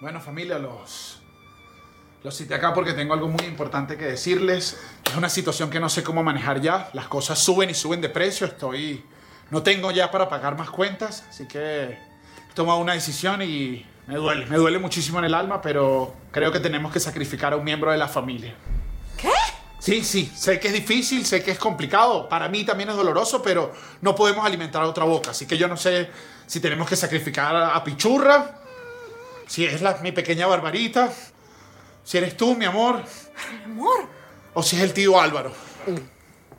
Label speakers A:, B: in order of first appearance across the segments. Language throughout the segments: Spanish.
A: Bueno, familia, los, los cité acá porque tengo algo muy importante que decirles. Es una situación que no sé cómo manejar ya. Las cosas suben y suben de precio. Estoy. No tengo ya para pagar más cuentas, así que he tomado una decisión y me duele. Me duele muchísimo en el alma, pero creo que tenemos que sacrificar a un miembro de la familia.
B: ¿Qué?
A: Sí, sí, sé que es difícil, sé que es complicado, para mí también es doloroso, pero no podemos alimentar a otra boca, así que yo no sé si tenemos que sacrificar a Pichurra, si es la, mi pequeña Barbarita, si eres tú, mi amor,
B: Amor.
A: o si es el tío Álvaro.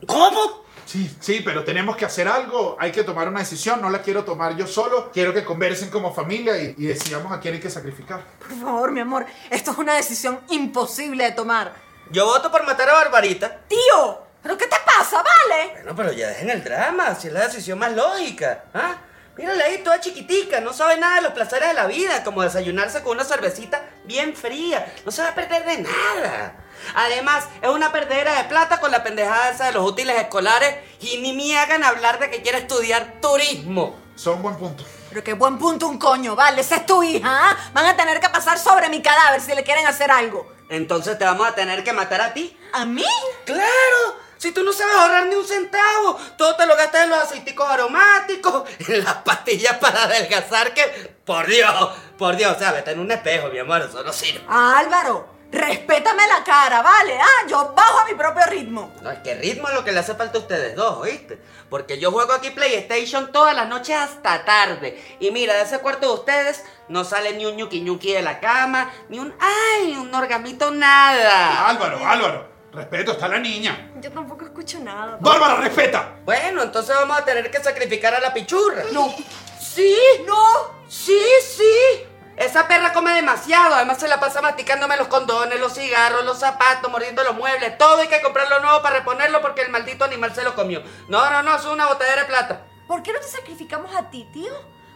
C: ¿Cómo?
A: Sí, sí, pero tenemos que hacer algo, hay que tomar una decisión, no la quiero tomar yo solo, quiero que conversen como familia y, y decidamos a quién hay que sacrificar.
B: Por favor, mi amor. Esto es una decisión imposible de tomar.
C: Yo voto por matar a Barbarita.
B: ¡Tío! ¿Pero qué te pasa, vale?
C: Bueno, pero ya dejen el drama, si es la decisión más lógica. ¿ah? Mírala ahí, toda chiquitica, no sabe nada de los placeres de la vida, como desayunarse con una cervecita bien fría. No se va a perder de nada. Además, es una perdera de plata con la pendejada esa de los útiles escolares y ni me hagan hablar de que quiere estudiar turismo.
A: Son buen punto.
B: Pero qué buen punto un coño, vale. Esa es tu hija, ¿ah? Van a tener que pasar sobre mi cadáver si le quieren hacer algo.
C: Entonces te vamos a tener que matar a ti.
B: ¿A mí?
C: ¡Claro! Si tú no sabes ahorrar ni un centavo, todo te lo gastas en los aceiticos aromáticos, en las pastillas para adelgazar, que por Dios, por Dios, o sea, vete en un espejo, mi amor, eso no sirve.
B: Álvaro, respétame la cara, vale. Ah, yo bajo a mi propio ritmo.
C: No, es que ritmo es lo que le hace falta a ustedes dos, ¿oíste? Porque yo juego aquí PlayStation todas las noches hasta tarde. Y mira, de ese cuarto de ustedes no sale ni un ñuqui ñuqui de la cama, ni un ay, un orgamito, nada.
A: Álvaro, Álvaro, respeto, está la niña.
B: Yo tampoco escucho nada.
A: Bárbara, respeta.
C: Bueno, entonces vamos a tener que sacrificar a la pichurra.
B: No.
C: Sí,
B: No.
C: sí, sí. Esa perra come demasiado, además se la pasa masticándome los condones, los cigarros, los zapatos, mordiendo los muebles, todo hay que comprarlo nuevo para reponerlo porque el maldito animal se lo comió. No, no, no, es una botadera de plata.
D: ¿Por qué no te sacrificamos a ti, tío?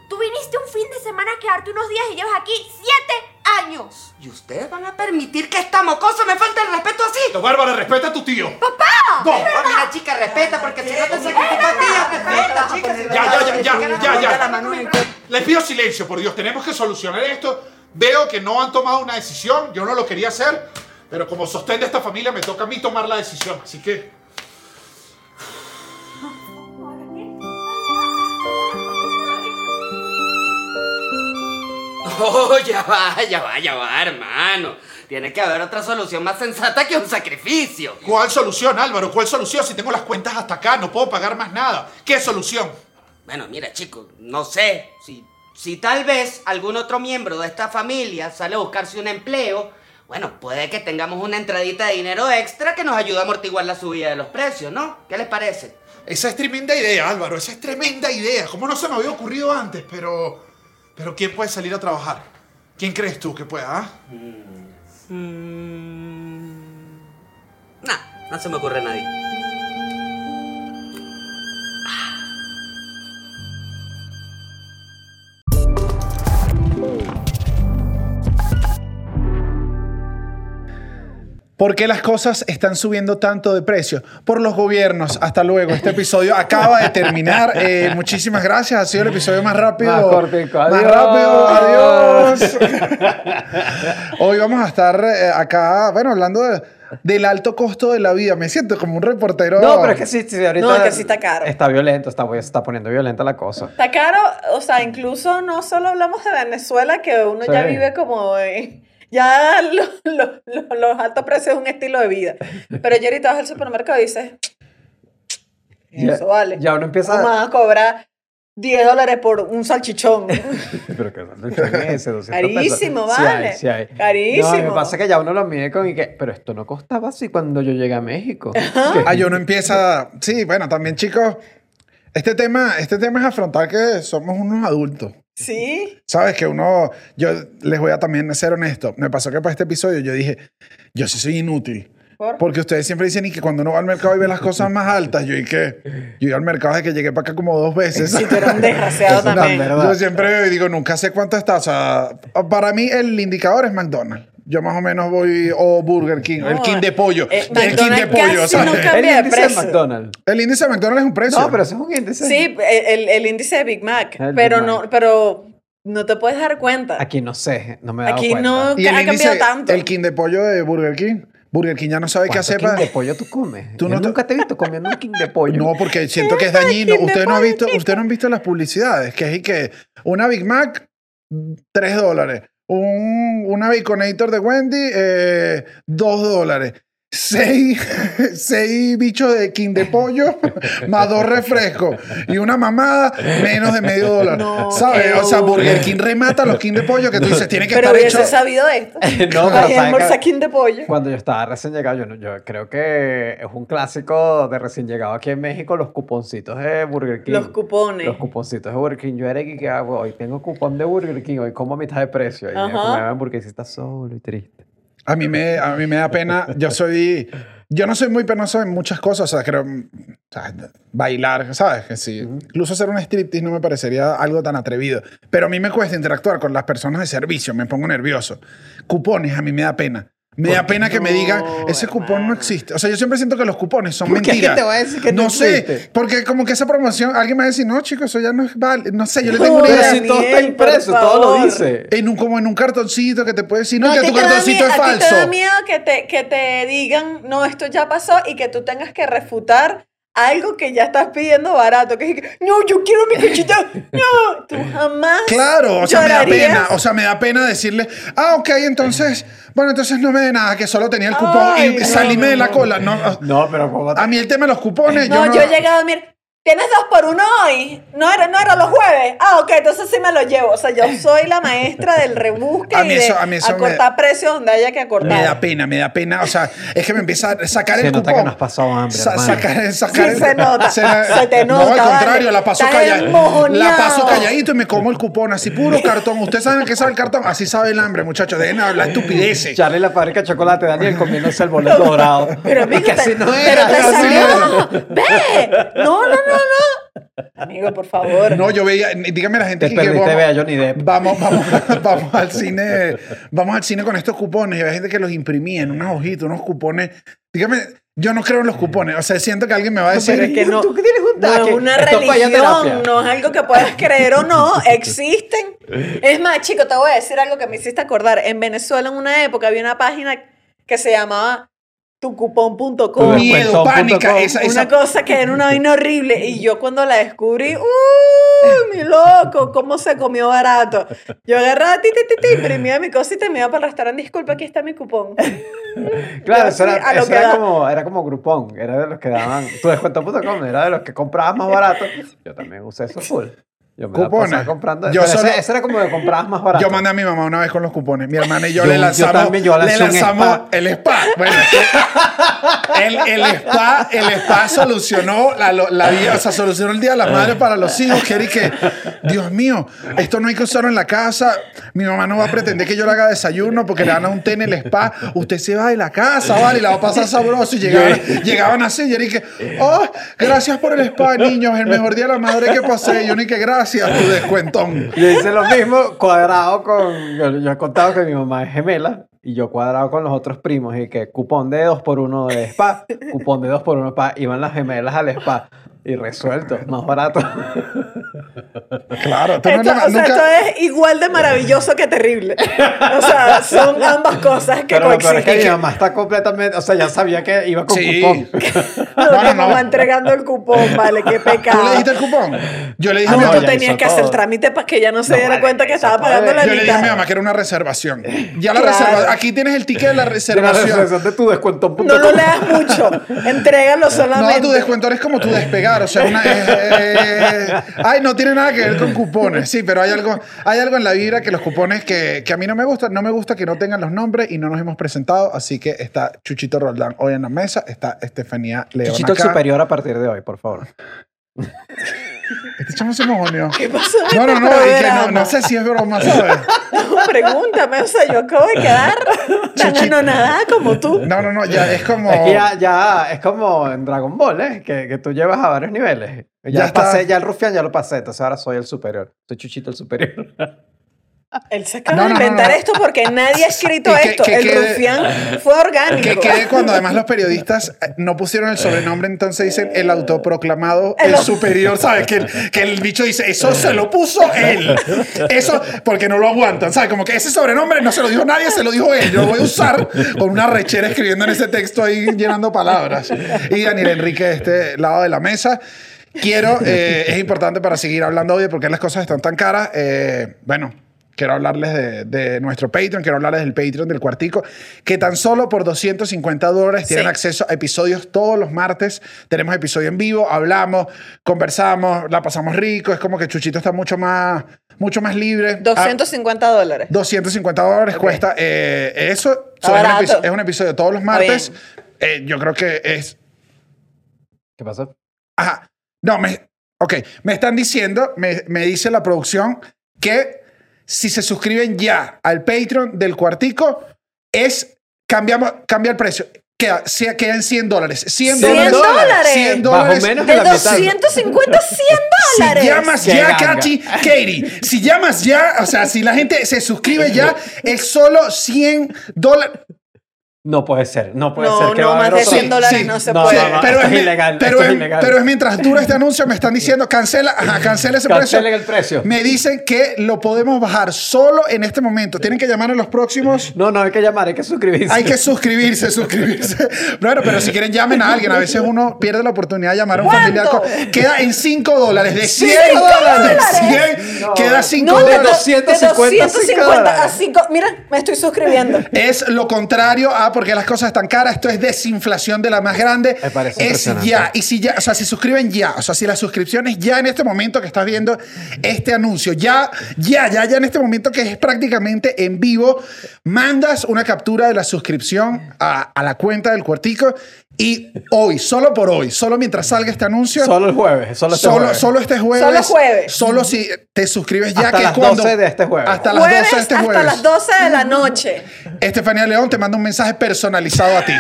D: Tú viniste un fin de semana a quedarte unos días y llevas aquí siete años.
C: ¿Y ustedes van a permitir que esta mocosa me falte el respeto así?
A: Bárbara, respeta a tu tío.
D: ¡Papá!
A: No.
C: Ah, mira, chica, respeta, porque si no te sacrificas a ti, ya respeta, chica. si
A: Ya,
C: vas
A: ya,
C: a
A: ya, ya,
C: sacrificar a
A: ya,
C: la
A: ya.
C: boca, la mano en el culo.
A: Les pido silencio, por Dios, tenemos que solucionar esto. Veo que no han tomado una decisión, yo no lo quería hacer, pero como sostén de esta familia me toca a mí tomar la decisión, así que...
C: Oh, ya va, ya va, ya va, hermano. Tiene que haber otra solución más sensata que un sacrificio.
A: ¿Cuál solución, Álvaro? ¿Cuál solución? Si tengo las cuentas hasta acá, no puedo pagar más nada. ¿Qué solución?
C: Bueno, mira, chicos, no sé. Si, si tal vez algún otro miembro de esta familia sale a buscarse un empleo, bueno, puede que tengamos una entradita de dinero extra que nos ayude a amortiguar la subida de los precios, ¿no? ¿Qué les parece?
A: Esa es tremenda idea, Álvaro, esa es tremenda idea. Como no se me había ocurrido antes, pero... Pero ¿quién puede salir a trabajar? ¿Quién crees tú que pueda? ah?
C: Mm, Nah, no se me ocurre a nadie.
A: ¿Por qué las cosas están subiendo tanto de precio? Por los gobiernos. Hasta luego. Este episodio acaba de terminar. Eh, muchísimas gracias. Ha sido el episodio más rápido.
E: Más cortico.
A: Más
E: Adiós.
A: rápido. Adiós. Hoy vamos a estar eh, acá, bueno, hablando de- del alto costo de la vida. Me siento como un reportero.
E: No, pero es que sí, sí, ahorita.
F: No, es que sí está caro.
E: Está violento, está, se está poniendo violenta la cosa.
F: Está caro, o sea, incluso no solo hablamos de Venezuela, que uno ya
E: Sí.
F: vive como... en- ya lo- lo- lo- los altos precios es un estilo de vida. Pero yo ahorita vas al supermercado y dices...
E: Ya-
F: Eso vale.
E: ya uno empieza-
F: Vamos a cobrar 10 dólares por un salchichón.
E: pero que son ese, 200 pesos.
F: Carísimo,
E: Sí hay,
F: vale.
E: sí hay.
F: Carísimo.
E: No, y me pasa que ya uno lo mide con y que, pero esto no costaba así cuando yo llegué a México. Que-
A: Ah, yo no empieza. Sí, bueno, también, chicos. Este tema, este tema es afrontar que somos unos adultos.
F: sí.
A: Sabes que uno, yo les voy a también ser honesto. Me pasó que para este episodio yo dije, yo sí soy inútil.
F: ¿Por?
A: Porque ustedes siempre dicen y que cuando uno va al mercado y ve las cosas más altas, yo y que yo iba al mercado desde que llegué para acá como dos veces.
F: Si tú eres un desgraciado
E: Eso
F: también.
E: también.
A: Yo siempre veo y digo, nunca sé cuánto está. O sea, para mí el indicador es McDonald's. Yo más o menos voy, o Burger King, el
F: No,
A: King de pollo.
F: eh,
A: el King de
F: McDonald's
A: pollo,
F: casi
A: ¿sabes?
F: nunca-
E: el
F: cambia de
E: índice de
F: precio.
E: McDonald's.
A: El índice de McDonald's es un precio.
E: No, pero eso es un índice.
F: Sí, el, el- el índice de Big Mac.
E: El
F: pero
E: Big
F: no,
E: Mac.
F: pero No te puedes dar cuenta.
E: Aquí no sé, no me he dado
F: Aquí
E: cuenta.
F: no-
G: Y
F: ha
G: el
F: cambiado
G: índice,
F: tanto.
G: el king de pollo de Burger King. Burger King ya no sabe qué
E: ¿Cuánto
G: hacer
E: king
G: para...
E: de pollo tú comes?
G: Tú
E: Yo
G: no te-
E: nunca te he visto comiendo un king de pollo.
G: No, porque siento que es
F: Ay,
G: dañino.
F: Kinder
G: Usted no, ha
F: Bueno,
G: visto,
F: chico.
G: usted no han visto las publicidades, que es y que una Big Mac, 3 dólares. Un, una Baconator de Wendy, eh, 2 dólares. Seis, seis bichos de king de pollo más dos refrescos y una mamada menos de medio dólar.
F: No,
G: ¿Sabes?
F: qué
G: O sea,
F: duro.
G: Burger King remata los king de pollo que tú dices, tiene que
F: Pero
G: estar
F: hubiese
G: hecho.
F: sabido de esto.
E: No, pero
F: Ay,
E: ¿sabes
F: almorzar
E: qué?
F: king de pollo.
E: Cuando yo estaba recién llegado, yo, no- yo creo que es un clásico de recién llegado aquí en México, los cuponcitos de Burger King.
F: Los cupones.
E: Los cuponcitos de Burger King. Yo era y que ah, hoy tengo cupón de Burger King, hoy como a mitad de precio. Y me
F: Ajá.
E: comía hamburguesita solo y triste.
G: A mí me, a mí me da pena. Yo soy. Yo no soy muy penoso en muchas cosas. O sea, creo. o sea, bailar, ¿sabes? Que sí. Incluso hacer un striptease no me parecería algo tan atrevido. Pero a mí me cuesta interactuar con las personas de servicio. Me pongo nervioso. Cupones, a mí me da pena. Me da pena que me digan, ese cupón no existe. O sea, yo siempre siento que los cupones son
E: ¿Por qué? ¿Qué
G: mentiras.
E: te va a decir que
G: no
E: no
G: sé,
E: existe?
G: porque como que esa promoción, alguien me va a decir, no, chicos, eso ya no es vale. No sé, yo le tengo una
E: Pero
G: idea.
E: si todo está
F: Daniel,
E: impreso,
F: por
E: todo lo
F: favor.
E: dice.
G: En un, como en un cartoncito que te puede decir, no,
F: a
G: que
F: ti
G: tu
F: te da
G: cartoncito
F: miedo-
G: es
F: a ti te da
G: falso.
F: miedo que te, que te digan, no, esto ya pasó y que tú tengas que refutar algo que ya estás pidiendo barato. Que es que, no, yo quiero mi cochita. No, tú jamás.
G: Claro, o sea, me da
F: llorarías.
G: pena, o sea, me da pena decirle, ah, ok, entonces, bueno, entonces no me dé nada, que solo tenía el cupón
F: Ay,
G: y
F: no,
G: salíme
F: no,
G: de la
F: no.
G: cola. No,
E: No, pero como
G: a mí el tema de los cupones,
F: no,
G: yo no...
F: yo he llegado a mirar. Tienes dos por uno hoy. No era, no era los jueves. Ah, ok, entonces sí me lo llevo. O sea, yo soy la maestra del rebusque
G: A mí
F: y de
G: eso- a mí eso me-
F: acortar precios donde haya que acortar.
G: me da pena, me da pena, o sea, es que me empieza a sacar
E: Se
G: el
E: nota
G: cupón.
E: que no has pasado hambre,
G: Sa-
E: hermano.
G: sacar, sacar
F: Sí, se nota. Se, te
G: no,
F: nota.
G: al contrario,
F: vale.
G: la paso
F: Estás
G: calladito. La
F: enmojoneado.
G: paso calladito y me como el cupón, así puro cartón. Ustedes saben que sabe el cartón, así sabe el hambre, muchachos. Dejen de hablar estupideces.
E: Charlie la fábrica de chocolate, Daniel comiéndose el boleto dorado.
F: Pero
E: Y
F: amigo,
E: que
F: te,
E: así no
F: pero
E: era.
F: te
G: así no pues.
F: salió. Ve. No, no, no, no. Amigo, por favor.
G: No, yo veía, dígame la gente
E: Te
G: que- que
E: perdiste,
G: vamos-
E: vea, Johnny Depp.
G: Vamos, vamos, vamos al cine, vamos al cine con estos cupones. Y había gente que los imprimía en unas hojitas, unos cupones. Dígame, yo no creo en los cupones. O sea, siento que alguien me va a decir.
F: Pero es que no.
E: ¿Tú qué tienes un
F: No
G: ah,
F: es
E: taque?
F: una
E: Esto es para ir a terapia.
F: religión, no es algo que puedas creer o no, existen. Es más, chico, te voy a decir algo que me hiciste acordar. En Venezuela, en una época, había una página que se llamaba
E: Mierda.
F: tucupón.com.
G: miedo, pánica.
E: Cuentón.com,
G: Esa, esa-
F: Una cosa que era una vaina horrible. Y yo cuando la descubrí, ¡uy, mi loco! ¿Cómo se comió barato? Yo agarraba, ti, ti, ti, ti, imprimía mi cosa y te me iba para el restaurante. Disculpa, aquí está mi cupón.
E: Claro,
F: Yo
E: eso
F: así,
E: era,
F: a lo
E: eso
F: que
E: era
F: da.
E: como, era como Groupon, era de los que daban, tu descuento.com era de los que comprabas más barato. Yo también usé eso full. Yo me la
G: Cupones.
E: pasaba comprando.
G: Yo
E: pero ese-
G: solo-
E: ese, era como de comprabas más barato.
G: yo mandé a mi mamá una vez con los cupones. Mi hermana y yo,
E: Yo-
G: le
E: yo
G: lanzamos,
E: también, yo
G: le
E: lancé un
G: lanzamos
E: spa.
G: el spa. Bueno, el, el spa, el spa solucionó la, lo- la vida, o sea, solucionó el día de las madres para los hijos. Que era y que, Dios mío, esto no hay que usarlo en la casa. Mi mamá no va a pretender que yo le haga desayuno porque le dan a un té en el spa. Usted se va de la casa, vale, y la va a pasar sabroso. Y llegaban, llegaban así. Y era y que, oh, gracias por el spa, niños, el mejor día de la madre que pasé. Y yo ni que gracias, tu descuentón.
E: Yo hice lo mismo, cuadrado con. Yo, yo he contado que mi mamá es gemela y yo cuadrado con los otros primos y que cupón de 2x1 de spa, cupón de 2x1 de spa, iban las gemelas al spa y resuelto, más barato.
G: Claro, tú no
F: Esto,
G: le ma-
F: o sea,
G: nunca-
F: esto es igual de maravilloso que terrible. O sea, son ambas cosas que
E: Pero lo peor es que mi
F: coexisten.
E: mamá está completamente. O sea, ya sabía que iba con
G: Sí.
E: cupón.
F: No,
G: No, no,
F: mi mamá
G: no.
F: entregando el cupón, vale, qué
G: ¿Tú le
F: pecado.
G: dijiste el cupón? Yo le dije,
F: Ah,
G: a mi
F: no,
G: mamá,
F: tú
E: ya
F: tenías
E: hizo
F: que hacer
E: todo.
F: trámite para que ella no se
E: No,
F: diera
E: vale,
F: cuenta que
E: hizo
F: estaba
E: todo.
F: pagando la
G: yo le dije a mi
F: mitad.
G: mamá que era una reservación. Ya la
F: Claro.
G: reserva, aquí tienes el ticket de la
E: De la
G: reservación.
E: reservación de tu descuento.
F: No lo leas mucho, entrégalo solamente.
G: No, tu descuento es como tu despegar, o sea, una, eh, eh, ay, no tiene nada que ver con cupones, sí, pero hay algo, hay algo en la vibra que los cupones que, que a mí no me gusta, no me gusta que no tengan los nombres y no nos hemos presentado, así que está Chuchito Roldán hoy en la mesa, está Estefanía León
E: Chichito el
G: acá.
E: superior a partir de hoy, por favor.
G: Este chamo se mojoneó.
F: ¿Qué pasó? en
G: No, no,
F: este
G: no, y que no,
F: programa?
G: no sé si es broma, ¿sabes?
F: No, pregúntame, o sea, yo acabo de quedar tan
G: Chuchito.
F: anonadada como tú.
G: No, no, no, ya es como...
E: Es que ya, ya es como en Dragon Ball, ¿eh? que, que tú llevas a varios niveles. Ya,
G: Ya está.
E: pasé, ya el rufián ya lo pasé, entonces ahora soy el superior. Soy Chuchito el superior.
F: Él se acaba
G: No,
F: de
G: no, no,
F: inventar
G: no.
F: esto porque nadie ha escrito
G: Y que-
F: esto.
G: que
F: el
G: quede-
F: rufián fue orgánico.
G: Que quede cuando además los periodistas eh, no pusieron el sobrenombre, entonces dicen el autoproclamado el,
F: El au-
G: superior, ¿sabes? Que el, que el bicho dice, eso se lo puso él. Eso, porque no lo aguantan, ¿sabes? Como que ese sobrenombre no se lo dijo nadie, se lo dijo él. Yo lo voy a usar con una rechera escribiendo en ese texto ahí, llenando palabras. Y Daniel Enrique, de este lado de la mesa. Quiero, eh, es importante para seguir hablando hoy de por qué las cosas están tan caras. eh, bueno, Quiero hablarles de, de nuestro Patreon, quiero hablarles del Patreon del Cuartico, que tan solo por 250 dólares tienen
F: Sí.
G: acceso a episodios todos los martes. Tenemos episodio en vivo, hablamos, conversamos, la pasamos rico. Es como que Chuchito está mucho más, mucho más libre.
F: 250 dólares.
G: Ah, 250 dólares cuesta eh, eso. O sea, es, un
F: barato.
G: episodio, es un episodio todos los martes.
F: bien.
G: Eh, yo creo que es
E: ¿Qué pasó?
G: Ajá. No, me. Ok. Me están diciendo, me, me dice la producción que si se suscriben ya al Patreon del Cuartico, es. Cambiamos, cambia el precio. Queda, se- quedan 100 dólares. 100
E: 100
G: dólares.
F: dólares.
G: 100
E: Bajo
G: dólares.
E: menos
F: De
E: la mitad.
F: 250 a 100 dólares.
G: Si llamas
E: Qué
G: ya,
E: ganga.
G: Katy, Katie, si llamas ya, o sea, si la gente se suscribe ya, es solo 100 dólares.
E: No puede ser, no puede
F: No,
E: ser. que
F: no,
E: va a
F: más
E: haber
F: de
E: otro-
F: 100 dólares no se puede.
G: Sí,
E: no, Ah, esto
G: pero, es,
E: es
G: mi-
E: ilegal,
G: pero
E: esto es
G: es-
E: ilegal.
G: pero es mientras dura este anuncio, me están diciendo, cancela, ajá, cancela ese
E: Cancelen
G: precio.
E: el precio.
G: Me dicen que lo podemos bajar solo en este momento. Tienen que llamar a los próximos.
E: No, no, hay que llamar, hay que suscribirse.
G: Hay que suscribirse, suscribirse. Bueno, pero si quieren llamen a alguien. A veces uno pierde la oportunidad de llamar a un
F: ¿Cuánto?
G: familiar. co- Queda en 5 dólares. De 100
F: ¡Cinco
G: dólares.
F: dólares!
G: De 100, queda 5
F: No, de,
G: dólares.
E: de 250 a
F: 250 a
E: cinco
F: 5. Mira, me estoy suscribiendo.
G: Es lo contrario a porque las cosas están caras. Esto es desinflación de la más grande.
E: Me parece
G: es
E: impresionante.
G: ya. Y si ya, o sea, si suscriben ya, o sea, si la suscripción es ya en este momento que estás viendo este anuncio, ya, ya, ya, ya en este momento que es prácticamente en vivo, mandas una captura de la suscripción a, a la cuenta del cuartico y hoy, solo por hoy, solo mientras salga este anuncio.
E: Solo el jueves, solo este
G: Solo,
E: jueves.
G: solo este jueves.
F: Solo jueves.
G: Solo si te suscribes ya
E: Hasta
G: que
E: las
G: es cuando-
E: 12 de este jueves.
G: Hasta las 12
F: Jueves
G: de este jueves.
F: hasta las 12 de la noche.
G: Estefanía León te manda un mensaje personalizado a ti.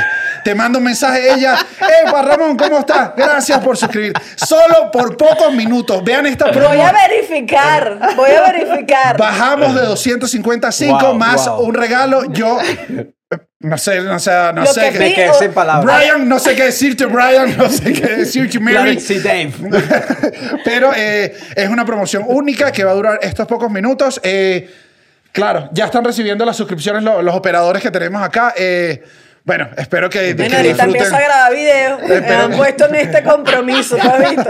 G: Te manda un mensaje ella. ¡Epa, Ramón, ¿cómo estás? Gracias por suscribir. Solo por pocos minutos. Vean esta
F: Voy a
G: promo.
F: verificar. Voy a verificar.
G: Bajamos de 255
E: Wow,
G: más
E: wow.
G: un regalo. Yo no sé, no sé, no
F: Lo
G: sé.
F: que
G: qué-
E: Me
F: Sí,
E: quedé
F: o-
E: sin palabras.
G: Brian, no sé qué decirte, Brian. No sé qué decirte, Mary.
E: Claro, sí, Dave.
G: Pero eh, es una promoción única que va a durar estos pocos minutos. Eh, claro, ya están recibiendo las suscripciones lo- los operadores que tenemos acá. Eh, bueno, espero que,
F: Bueno,
G: que
F: ahorita empiezo a grabar videos. Me
G: pero-
F: han puesto en este compromiso, ¿tú has visto?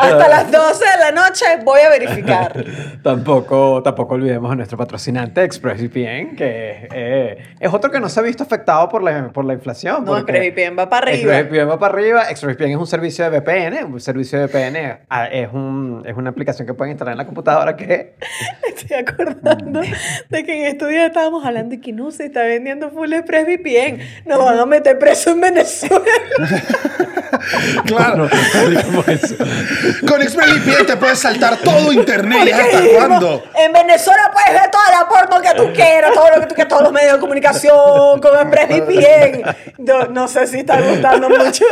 F: Hasta las 12 de la noche voy a verificar.
E: tampoco, tampoco olvidemos a nuestro patrocinante ExpressVPN, que eh, es otro que no se ha visto afectado por la, por la inflación.
F: No,
E: porque
F: ExpressVPN va para arriba.
E: ExpressVPN va para arriba. ExpressVPN es un servicio de VPN. Un servicio de VPN ah, es, un, es una aplicación que pueden instalar en la computadora que
F: Me estoy acordando
E: Mm.
F: de que en estos días estábamos hablando y que no se está vendiendo Full Express VPN. Nos van a meter preso en Venezuela.
G: Claro,
E: digamos eso.
G: con ExpressVPN te puedes saltar todo internet. ¿Y ¿Hasta
F: dijimos,
G: cuándo?
F: En Venezuela puedes ver toda la porno que tú quieras, todo lo que tú quieras, todos los medios de comunicación con ExpressVPN. No, no sé si está gustando mucho.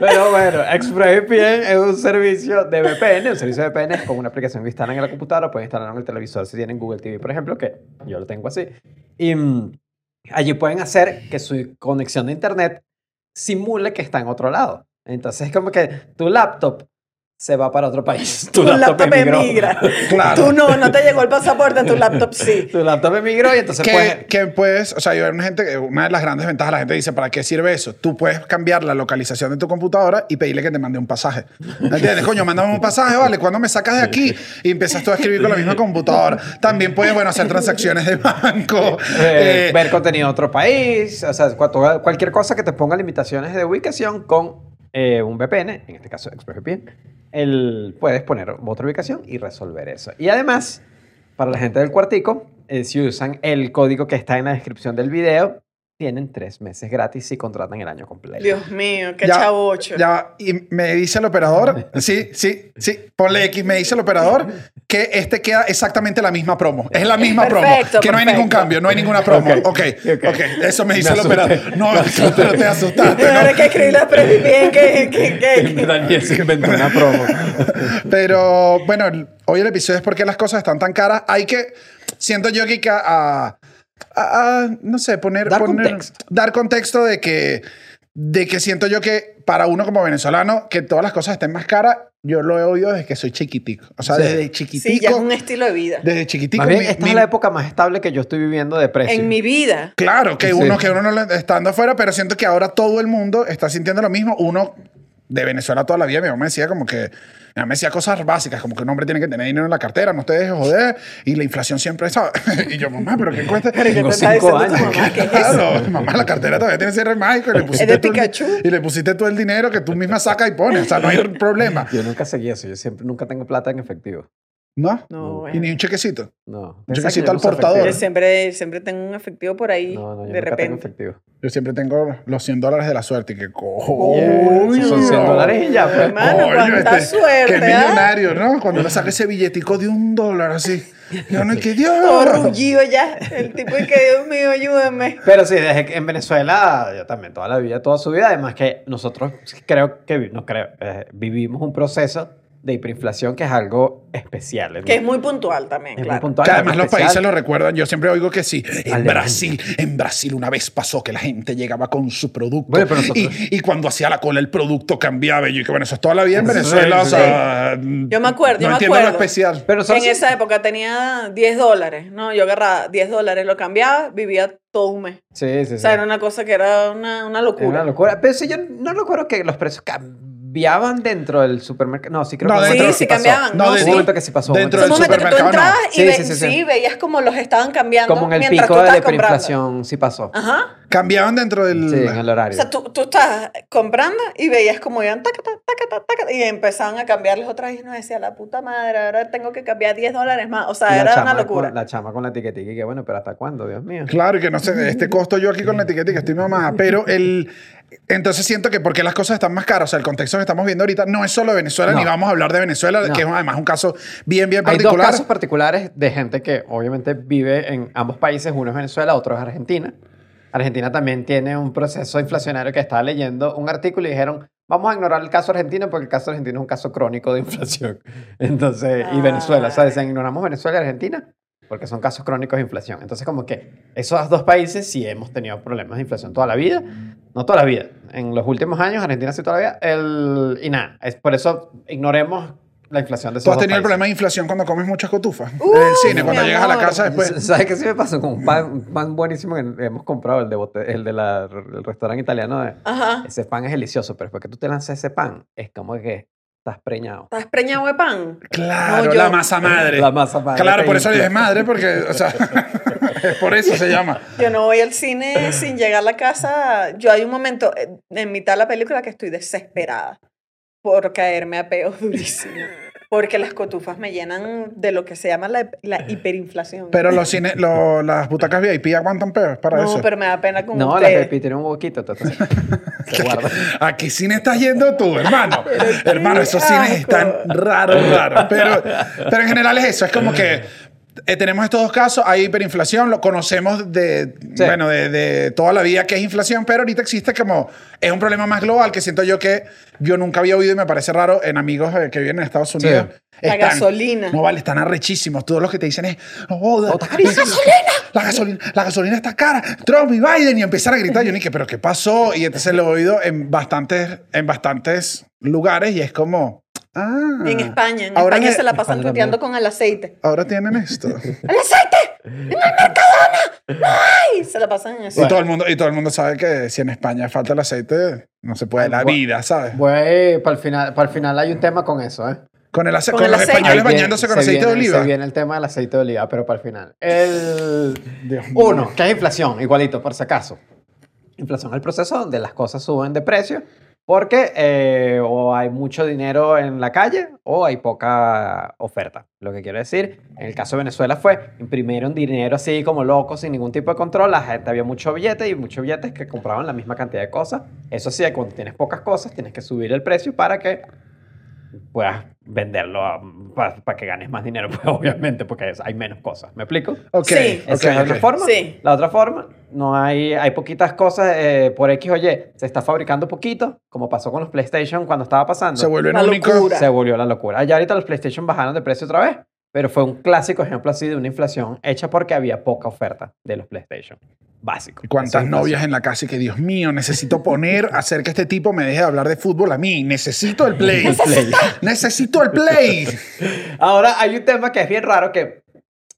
E: Pero bueno, ExpressVPN es un servicio de VPN. Un servicio de VPN es como una aplicación que instalan en la computadora, pueden instalarlo en el televisor si tienen Google TV, por ejemplo, que yo lo tengo así. Y mm, allí pueden hacer que su conexión de internet simule que está en otro lado. Entonces es como que tu laptop se va para otro país.
F: Tu laptop
E: emigró.
F: emigra.
G: Claro.
F: Tú no, no te llegó el pasaporte, tu laptop sí.
E: Tu laptop emigró y entonces pues, puedes...
G: Que, que puedes, o sea, yo- hay una gente, que- una de las grandes ventajas, la gente dice, ¿para qué sirve eso? Tú puedes cambiar la localización de tu computadora y pedirle que te mande un pasaje. ¿Me ¿Entiendes? Coño, mándame un pasaje, vale, ¿cuándo me sacas de aquí? Y empiezas tú a escribir con la misma computadora. También puedes, bueno, hacer transacciones de banco.
E: eh,
G: Eh,
E: ver contenido de otro país, o sea, cuatu- cualquier cosa que te ponga limitaciones de ubicación con eh, un VPN, en este caso ExpressVPN, el, puedes poner otra ubicación y resolver eso. Y además, para la gente del cuartico, eh, si usan el código que está en la descripción del video, tienen tres meses gratis si contratan el año completo.
F: Dios mío, qué
G: Ya-
F: chavocho.
G: ya va. y me dice el operador, sí, sí, sí, ponle X, me dice el operador que este queda exactamente la misma promo. Es la misma promo.
F: Perfecto,
G: Que no hay
F: perfecto.
G: ningún cambio, no hay ninguna promo. Ok,
E: Ok,
G: ok,
E: ok.
G: eso me dice
E: Me
G: el
E: asusté,
G: operador. No,
E: me asusté.
G: pero te asustaste. ¿no?
F: Ahora hay que escribir la ExpressVPN que, que, que, que-
E: Daniel se inventó una promo.
G: Pero bueno, el- hoy el episodio es porque las cosas están tan caras. Hay que. siento yo que ca- a, a- a, no sé, poner,
E: Dar
G: poner-
E: contexto.
G: dar contexto de que, de que siento yo que para uno como venezolano, que todas las cosas estén más caras, yo lo he oído desde que soy chiquitico. O sea,
E: Sí.
G: desde
F: Sí, ya es
G: chiquitico.
F: un estilo de vida.
G: desde chiquitico.
E: Más bien,
G: mi-
E: esta
G: mi-
E: es la época más estable que yo estoy viviendo de precio.
F: En mi vida.
G: Claro, que
E: Sí.
G: uno que uno no lo- estando afuera, pero siento que ahora todo el mundo está sintiendo lo mismo. Uno de Venezuela toda la vida, mi mamá me decía como que mi mamá me decía cosas básicas, como que un hombre tiene que tener dinero en la cartera, no te dejes joder, y la inflación siempre está. y yo, mamá, pero qué cuesta.
E: Tengo
F: te
E: cinco
F: está diciendo tu
E: años.
F: mamá? ¿Qué es
G: Claro, mamá, la cartera todavía tiene cierre mágico y le pusiste,
F: de
G: todo el-
F: Pikachu.
G: y le pusiste todo el dinero que tú misma sacas y pones. O sea, no hay problema.
E: Yo nunca seguí eso. Yo siempre nunca tengo plata en efectivo.
G: ¿No?
F: No,
G: Y
F: bueno.
G: ni un chequecito.
E: No.
G: Yo
E: Pensaba
G: necesito
E: que
G: al
E: no uso
G: portador.
F: Yo
E: efectivo.
F: siempre, siempre tengo un efectivo por ahí,
E: No, no, yo
F: de
E: nunca tengo
F: repente.
E: efectivo.
G: Yo siempre tengo los 100 dólares de la suerte y que cojo.
E: Yeah, son 100 dólares y ya, pues.
F: Hermano, Ah, cuánta suerte,
G: Qué
F: ¿ah?
G: este, millonario, ¿no? Cuando le saca ese billetico de un dólar así. Yo no, que Dios.
F: Todo rullido ya. El tipo y que Dios mío, ayúdame.
E: Pero sí, desde que en Venezuela, yo también, toda la vida, toda su vida. Además que nosotros creo que, vi- no creo, eh, vivimos un proceso de hiperinflación que es algo especial. ¿no?
F: Que es muy puntual también,
E: Es muy
F: claro.
E: puntual,
G: Que además los
E: especial.
G: países lo recuerdan. Yo siempre oigo que sí. En
E: Alemania.
G: Brasil, en Brasil una vez pasó que la gente llegaba con su producto.
E: Bueno, pero nosotros-
G: y, y cuando hacía la cola el producto cambiaba. Y yo que bueno, eso es toda la vida en
E: Sí,
G: Venezuela.
E: sí.
G: O sea,
F: Yo me acuerdo,
G: no
F: yo me
G: entiendo
F: acuerdo.
G: lo especial.
E: Pero nosotros
F: en esa época tenía 10 dólares, ¿no? Yo agarraba 10 dólares, lo cambiaba, vivía todo un mes.
E: Sí, sí, sí.
F: O sea, era una cosa que era una, una
E: Es
F: locura.
E: una locura. Pero sí, yo no recuerdo que los precios cambiaban dentro del supermercado. No, sí creo
G: No,
E: que
G: dentro-
E: hubo un momento
G: Sí,
E: que
G: sí
E: pasó.
F: cambiaban,
G: no,
E: Hubo
G: dentro-
E: un momento que sí pasó. hubo un
G: dentro
F: Fue
E: momento
F: un
G: del
E: que
F: momento que tú
G: supermercado,
F: entrabas
E: no.
F: y
E: Sí,
F: ve-
E: sí, sí, sí.
F: sí, veías como los estaban
E: sí.
F: cambiando
E: Como en el
F: mientras
E: pico
F: tú
E: de la
F: estabas comprando.
E: hiperinflación sí pasó.
G: Ah.
F: Ajá.
G: Cambiaban dentro del.
E: Sí, en el
F: O
E: horario.
F: sea, tú, tú estás comprando y veías como iban tacata, tacata, tacata, y empezaban a cambiarles otra vez y uno decía, la puta madre, ahora tengo que cambiar 10 dólares más. O
E: Y
F: sea,
E: la
F: era
E: chama
F: una locura.
E: Con, la chama con la etiquetica y que bueno, pero ¿hasta cuándo? Dios mío.
G: Claro, y que no sé, este costo yo aquí con la etiqueta y que estoy mamada, pero el... Entonces siento que porque las cosas están más caras, o sea, el contexto que estamos viendo ahorita no es solo Venezuela,
E: No.
G: ni vamos a hablar de Venezuela,
E: No.
G: que es además un caso bien, bien
E: Hay dos
G: particular.
E: casos particulares de gente que obviamente vive en ambos países, uno es Venezuela, otro es Argentina. Argentina también tiene un proceso inflacionario que estaba leyendo un artículo y dijeron, vamos a ignorar el caso argentino porque el caso argentino es un caso crónico de inflación. Entonces, y Venezuela, o sea, dicen, ignoramos Venezuela y Argentina porque son casos crónicos de inflación. Entonces, como que esos dos países sí hemos tenido problemas de inflación toda la vida, no toda la vida, en los últimos años, Argentina sí toda la vida, el, y nada, es, por eso ignoremos la inflación de esos
G: ¿Tú has
E: dos
G: tenido el
E: países.
G: problema de inflación cuando comes muchas cotufas? en el cine,
F: Uh, mi
G: cuando llegas a la
F: amor.
G: casa después.
E: ¿Sabes qué sí me pasó? Con un pan, un pan buenísimo que hemos comprado, el de, bote- el de la- el restaurante italiano. de-
F: Ajá.
E: ese pan es delicioso, pero después que tú te lanzas ese pan, es como que estás preñado.
F: ¿Estás preñado de pan?
G: Claro,
F: No, yo-
G: la masa madre.
E: La masa madre
G: Claro,
E: te
G: por eso le
E: infla.
G: dije madre, porque, o sea, es por eso se llama.
F: Yo no voy al cine sin llegar a la casa. Yo hay un momento eh, en mitad de la película que estoy desesperada por caerme a peo durísimo. Porque las cotufas me llenan de lo que se llama la, la hiperinflación.
G: Eh, Pero los cine, lo- las butacas VIP aguantan peor para
F: no,
G: eso.
F: pero me da pena con
E: No, la
F: ustedes.
E: Pepi tiene un huequito, entonces se guarda.
G: ¿A qué cine estás yendo tú, hermano? hermano, esos
F: asco.
G: cines están raros, raros. Pero, pero en general es eso. Es como que eh, tenemos estos dos casos. Hay hiperinflación, lo conocemos de,
E: Sí.
G: bueno, de, de toda la vida que es inflación, pero ahorita existe como... Es un problema más global que siento yo que yo nunca había oído y me parece raro en amigos eh, que viven en Estados Unidos.
F: La gasolina.
G: No vale, están arrechísimos. Todos los que te dicen es... "No joda, es- la gasolina, la gasolina está cara, Trump y Biden, y empezar a gritar. Yo ni que, pero ¿qué pasó? Y entonces lo he oído en bastantes, en bastantes lugares y es como, ah.
F: Y en España, en
G: ahora
F: España
G: que-
F: se la pasan
E: España
F: tuteando con el aceite.
G: Ahora tienen esto.
F: ¡El aceite! ¡En el Mercadona! ¡Ay! Se la pasan así.
G: y, todo el mundo, y todo el mundo sabe que si en España falta el aceite, no se puede la
E: Ah, Bueno.
G: vida, ¿sabes?
E: Voy, para el Pues, final, para el final hay un tema con eso, ¿eh?
G: Con, el ace-
F: Con
G: con
F: el
G: los
F: aceite.
G: españoles
E: Ahí viene-
G: bañándose con
E: se
G: aceite de
E: viene-
G: oliva.
E: Se viene el tema del aceite de oliva, pero para el final. El uno, que es inflación, igualito, por si acaso. Inflación es el proceso donde las cosas suben de precio porque eh, o hay mucho dinero en la calle o hay poca oferta. Lo que quiero decir, en el caso de Venezuela fue, imprimieron dinero así como locos, sin ningún tipo de control, la gente había mucho billete y muchos billetes que compraban la misma cantidad de cosas. Eso sí, cuando tienes pocas cosas, tienes que subir el precio para que puedas venderlo para que ganes más dinero, pues, obviamente, porque es- hay menos cosas. ¿Me explico?
G: Ok,
F: Sí.
G: ok,
E: Esa es la otra
G: ok.
E: forma.
F: Sí.
E: La otra forma, no hay, hay poquitas cosas eh, por X o Y. Se está fabricando poquito, como pasó con los PlayStation cuando estaba pasando.
G: Se vuelven
F: Una
G: únicos.
F: locura.
E: Se volvió la locura. Ya ahorita los PlayStation bajaron de precio otra vez, Pero fue un clásico ejemplo así de una inflación hecha porque había poca oferta de los PlayStation. Básico.
G: Y ¿Cuántas
E: Así,
G: novias en la casa y que, Dios mío, necesito poner, hacer que este tipo me deje de hablar de fútbol a mí? Necesito el play.
E: El Play.
G: necesito el play.
E: Ahora, hay un tema que es bien raro que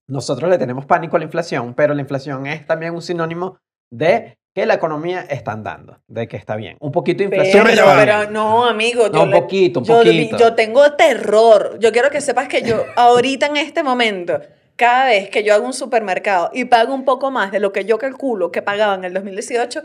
E: nosotros le tenemos pánico a la inflación, pero la inflación es también un sinónimo de que la economía está andando, de que está bien. Un poquito de inflación.
G: me
E: pero-
F: Pero,
G: llamaron.
F: pero no, amigo.
E: No, un poquito, un
F: yo,
E: poquito.
F: Yo tengo terror. Yo quiero que sepas que yo, ahorita en este momento, cada vez que yo hago un supermercado y pago un poco más de lo que yo calculo que pagaba en el 2018,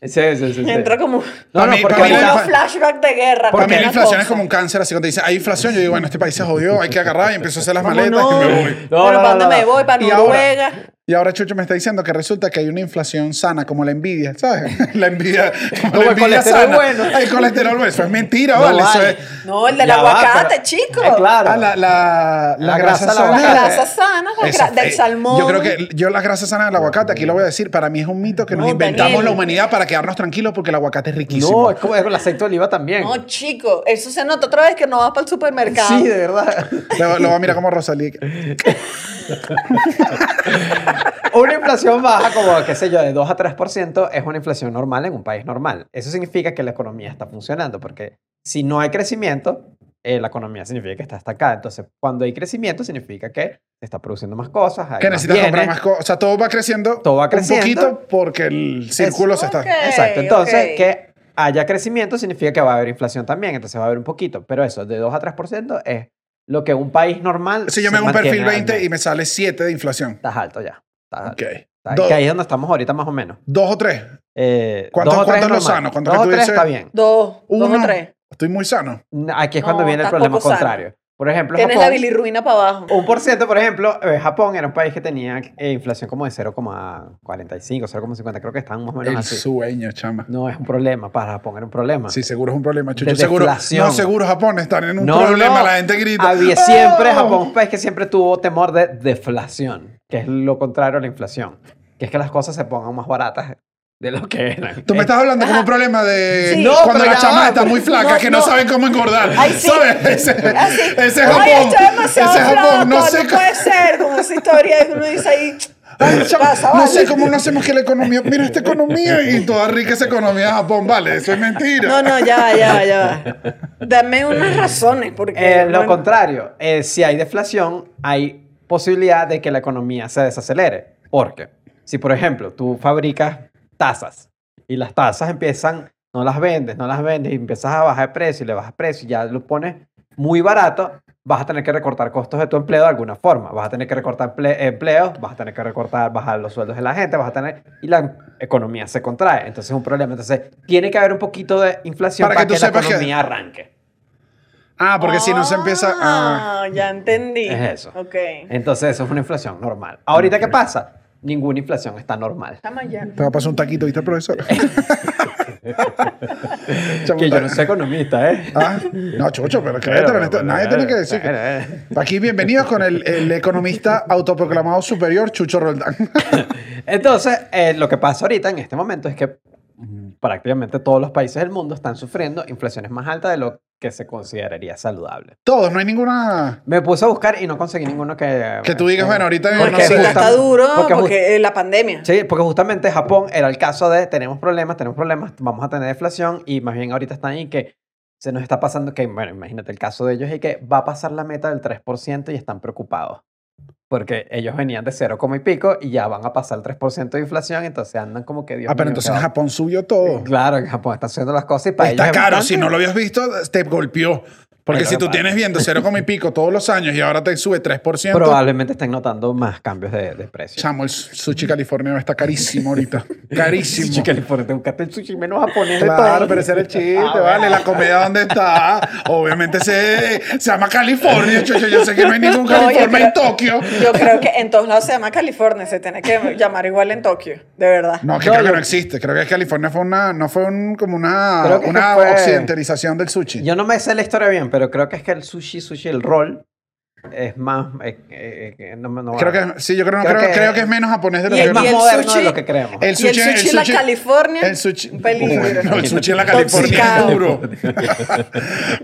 E: Sí, sí, sí, sí.
F: entro como.
E: No, no,
G: Pa' mí-
E: porque
G: pa' mí la
E: ahorita-
F: como
G: infa-
F: un flashback de guerra.
G: Para
E: Porque
G: mí la
F: una
G: inflación es
F: cosa.
G: como un cáncer, así cuando te dicen, hay inflación, yo digo, bueno, este país se jodió, hay que agarrar y empiezo a hacer las maletas
F: no?
G: y me voy.
E: No,
F: pero
E: no,
F: ¿para
E: no,
F: dónde
E: no,
F: me
E: no.
F: voy? ¿Para
G: Y ahora-
F: Noruega?
G: Y ahora Chucho me está diciendo que resulta que hay una inflación sana, como la envidia, ¿sabes? La envidia. Como,
E: Como
G: la
E: el
G: envidia
E: colesterol
G: sana.
E: bueno.
G: El colesterol bueno. Eso es mentira,
E: No
G: vale.
E: vale.
G: Eso es.
F: No, el del
E: Ya va,
F: aguacate,
E: pero-
F: chico.
E: Eh, claro.
G: Ah, la, la, la
E: La
G: grasa,
E: grasa, la
G: sana.
E: aguacate.
F: Grasa sana, la
G: eh, Eso,
F: gra- del
G: eh,
F: salmón.
G: Yo creo que yo la grasa sana del aguacate, aquí lo voy a decir, para mí es un mito que nos
F: No,
G: inventamos
F: Daniel.
G: la humanidad para quedarnos tranquilos porque el aguacate es riquísimo.
E: No, es como es el aceite de oliva también.
F: No, chico, eso se nota otra vez que no vas para el supermercado.
E: sí, de verdad.
G: Lo, lo va a mirar como Rosalía.
E: Una inflación baja, como qué sé yo, de 2 a 3%, es una inflación normal en un país normal. Eso significa que la economía está funcionando, porque si no hay crecimiento, eh, la economía significa que está estancada. Entonces, cuando hay crecimiento, significa que se está produciendo más cosas. hay
G: Que
E: más
G: necesitas comprar
E: bienes.
G: más cosas. O sea, todo va creciendo.
E: Todo va creciendo.
G: Un poquito porque el círculo se está.
F: Ok,
E: Exacto. Entonces,
F: ok.
E: que haya crecimiento significa que va a haber inflación también. Entonces, va a haber un poquito. Pero eso, de 2 a 3% es lo que un país normal.
G: Si yo
E: se
G: me hago un
E: mantiene
G: perfil
E: al
G: 20
E: mes.
G: y me sale 7 de inflación.
E: Estás alto ya. Estás
G: Ok.
E: alto. Estás-
G: Do-
E: que ahí es donde estamos ahorita, más o menos.
G: dos o tres.
E: Eh,
G: ¿Cuánto-
E: dos o tres
G: cuánto es lo
E: normal.
G: sano? ¿Cuánto que
E: dos o
G: tú
E: tres
G: dices?
E: está bien.
F: Dos, dos
G: Uno.
F: o tres.
G: Estoy muy sano.
E: Aquí es cuando
F: No,
E: viene el
F: está
E: problema
F: poco sano.
E: contrario. Por ejemplo,
F: Tienes la
E: Japón,
F: bilirruina para abajo.
E: un por ciento, por ejemplo, eh, Japón era un país que tenía eh, inflación como de 0,45, 0,50, creo que estaban más o menos
G: El
E: así.
G: sueño, chama.
E: No es un problema, para Japón era un problema.
G: Sí, seguro es un problema, Chucho.
E: De
G: Seguro,
E: deflación.
G: no, seguro Japón están en un problema. La gente grita.
E: Había siempre,
G: ¡Oh!
E: Japón es un país que siempre tuvo temor de deflación, que es lo contrario a la inflación, que es que las cosas se pongan más baratas de lo que eran.
G: Tú me estás hablando como un problema de
F: Sí.
G: No, cuando
E: pero
G: las
E: ya
G: chamas
E: va,
G: están muy flacas,
F: no,
G: que no,
F: no.
G: saben cómo engordar.
F: Ay, sí.
G: ¿Sabes? Ese,
F: Ah, sí.
G: ese
F: Oye,
G: es Japón.
F: estoy
G: ese
F: demasiado
G: es Japón.
F: flaco,
G: No sé,
F: no
G: cómo-
F: puede ser, como esa historia que uno dice ahí.
G: Ay,
F: ¿qué
G: chama,
F: pasa,
G: no
F: vale?
G: sé cómo no hacemos que la economía. Mira esta economía y toda rica esa economía de Japón. Vale, eso es mentira.
F: No, no, ya va, ya va, ya va. Dame unas razones, porque.
E: Eh, lo
F: bueno,
E: contrario, eh, si hay deflación, hay posibilidad de que la economía se desacelere. Porque si, por ejemplo, tú fabricas tazas y las tazas empiezan, no las vendes, no las vendes, y empiezas a bajar de precio y le bajas precio y ya lo pones muy barato, vas a tener que recortar costos de tu empleo de alguna forma. Vas a tener que recortar emple- empleos, vas a tener que recortar, bajar los sueldos de la gente, vas a tener... Y la economía se contrae. Entonces es un problema. Entonces tiene que haber un poquito de inflación
G: Para
E: para,
G: que tú
E: que, la
G: sepas que-
E: economía arranque.
G: Ah, porque si no se empieza a.
F: Ah, ya entendí.
E: Es eso.
F: Ok.
E: Entonces, eso es una inflación normal. Ahorita, ¿qué pasa? Ninguna inflación está normal.
F: Estamos ya.
G: Te va a pasar un taquito, ¿viste, profesor? Chamo,
E: Que yo
G: ta-
E: no soy economista, ¿eh?
G: Ah, no, chucho, pero créetelo, en esto- nadie tiene que decir. que-
E: eh.
G: Aquí bienvenidos con el, el economista autoproclamado superior Chucho Roldán.
E: Entonces, eh, lo que pasa ahorita en este momento es que mm, prácticamente todos los países del mundo están sufriendo inflaciones más altas de lo que se consideraría saludable.
G: Todos, no hay ninguna
E: Me puse a buscar y no conseguí ninguno que...
G: que tú digas, bueno, ahorita
E: Porque sí,
G: no
F: Porque
G: sé.
E: justa-
F: está duro,
E: porque
F: porque,
E: ju-
F: eh, la pandemia.
E: Sí, porque justamente Japón era el caso de tenemos problemas, tenemos problemas, vamos a tener deflación y más bien ahorita están ahí que se nos está pasando que, bueno, imagínate el caso de ellos y que va a pasar la meta del 3% y están preocupados. Porque ellos venían de cero como y pico y ya van a pasar el 3% de inflación, entonces andan como que Dios
G: Ah, pero
E: mío,
G: entonces
E: ¿qué va-
G: Japón subió todo.
E: Claro, en Japón están haciendo las cosas y para ellos
G: Está
E: es
G: caro,
E: bastante.
G: si no lo habías visto, te golpeó. Porque
E: Pero
G: si tú
E: capaz.
G: tienes viendo cero como y pico todos los años y ahora te sube 3%,
E: Probablemente estén notando más cambios de, de precio.
G: chamo, el sushi californiano está carísimo ahorita. Carísimo.
E: Sí, California, buscaste el sushi menos japonés de
G: Claro,
E: todo.
G: pero ese era el chiste,
E: Ah, bueno.
G: ¿vale? La comida dónde está. Obviamente se, se llama California, chucho. Yo sé que no hay ningún
F: No, yo
G: California en
F: creo-
G: Tokio.
F: Yo creo que en todos lados se llama California, se tiene que llamar igual en Tokio, de verdad.
G: No, que
E: No,
G: creo que
E: yo-
G: no existe. Creo que California fue una, no fue un, como una,
E: Creo que es que
G: una
E: fue-
G: occidentalización del sushi.
E: Yo no me sé la historia bien, pero creo que es que el sushi, sushi, el roll, es más. eh, eh, eh, no, no-
G: Creo que, sí, yo creo,
E: Creo
G: creo,
E: que-
G: creo que es menos japonés de lo
F: Y
G: que
F: el
G: yo
E: es más
F: y el
E: moderno
F: sushi-
E: de lo que creemos.
F: y el sushi, en la California,
G: El sushi,
F: un peligro.
G: Uy, no, el sushi en la California es
F: Intoxicado.
G: duro.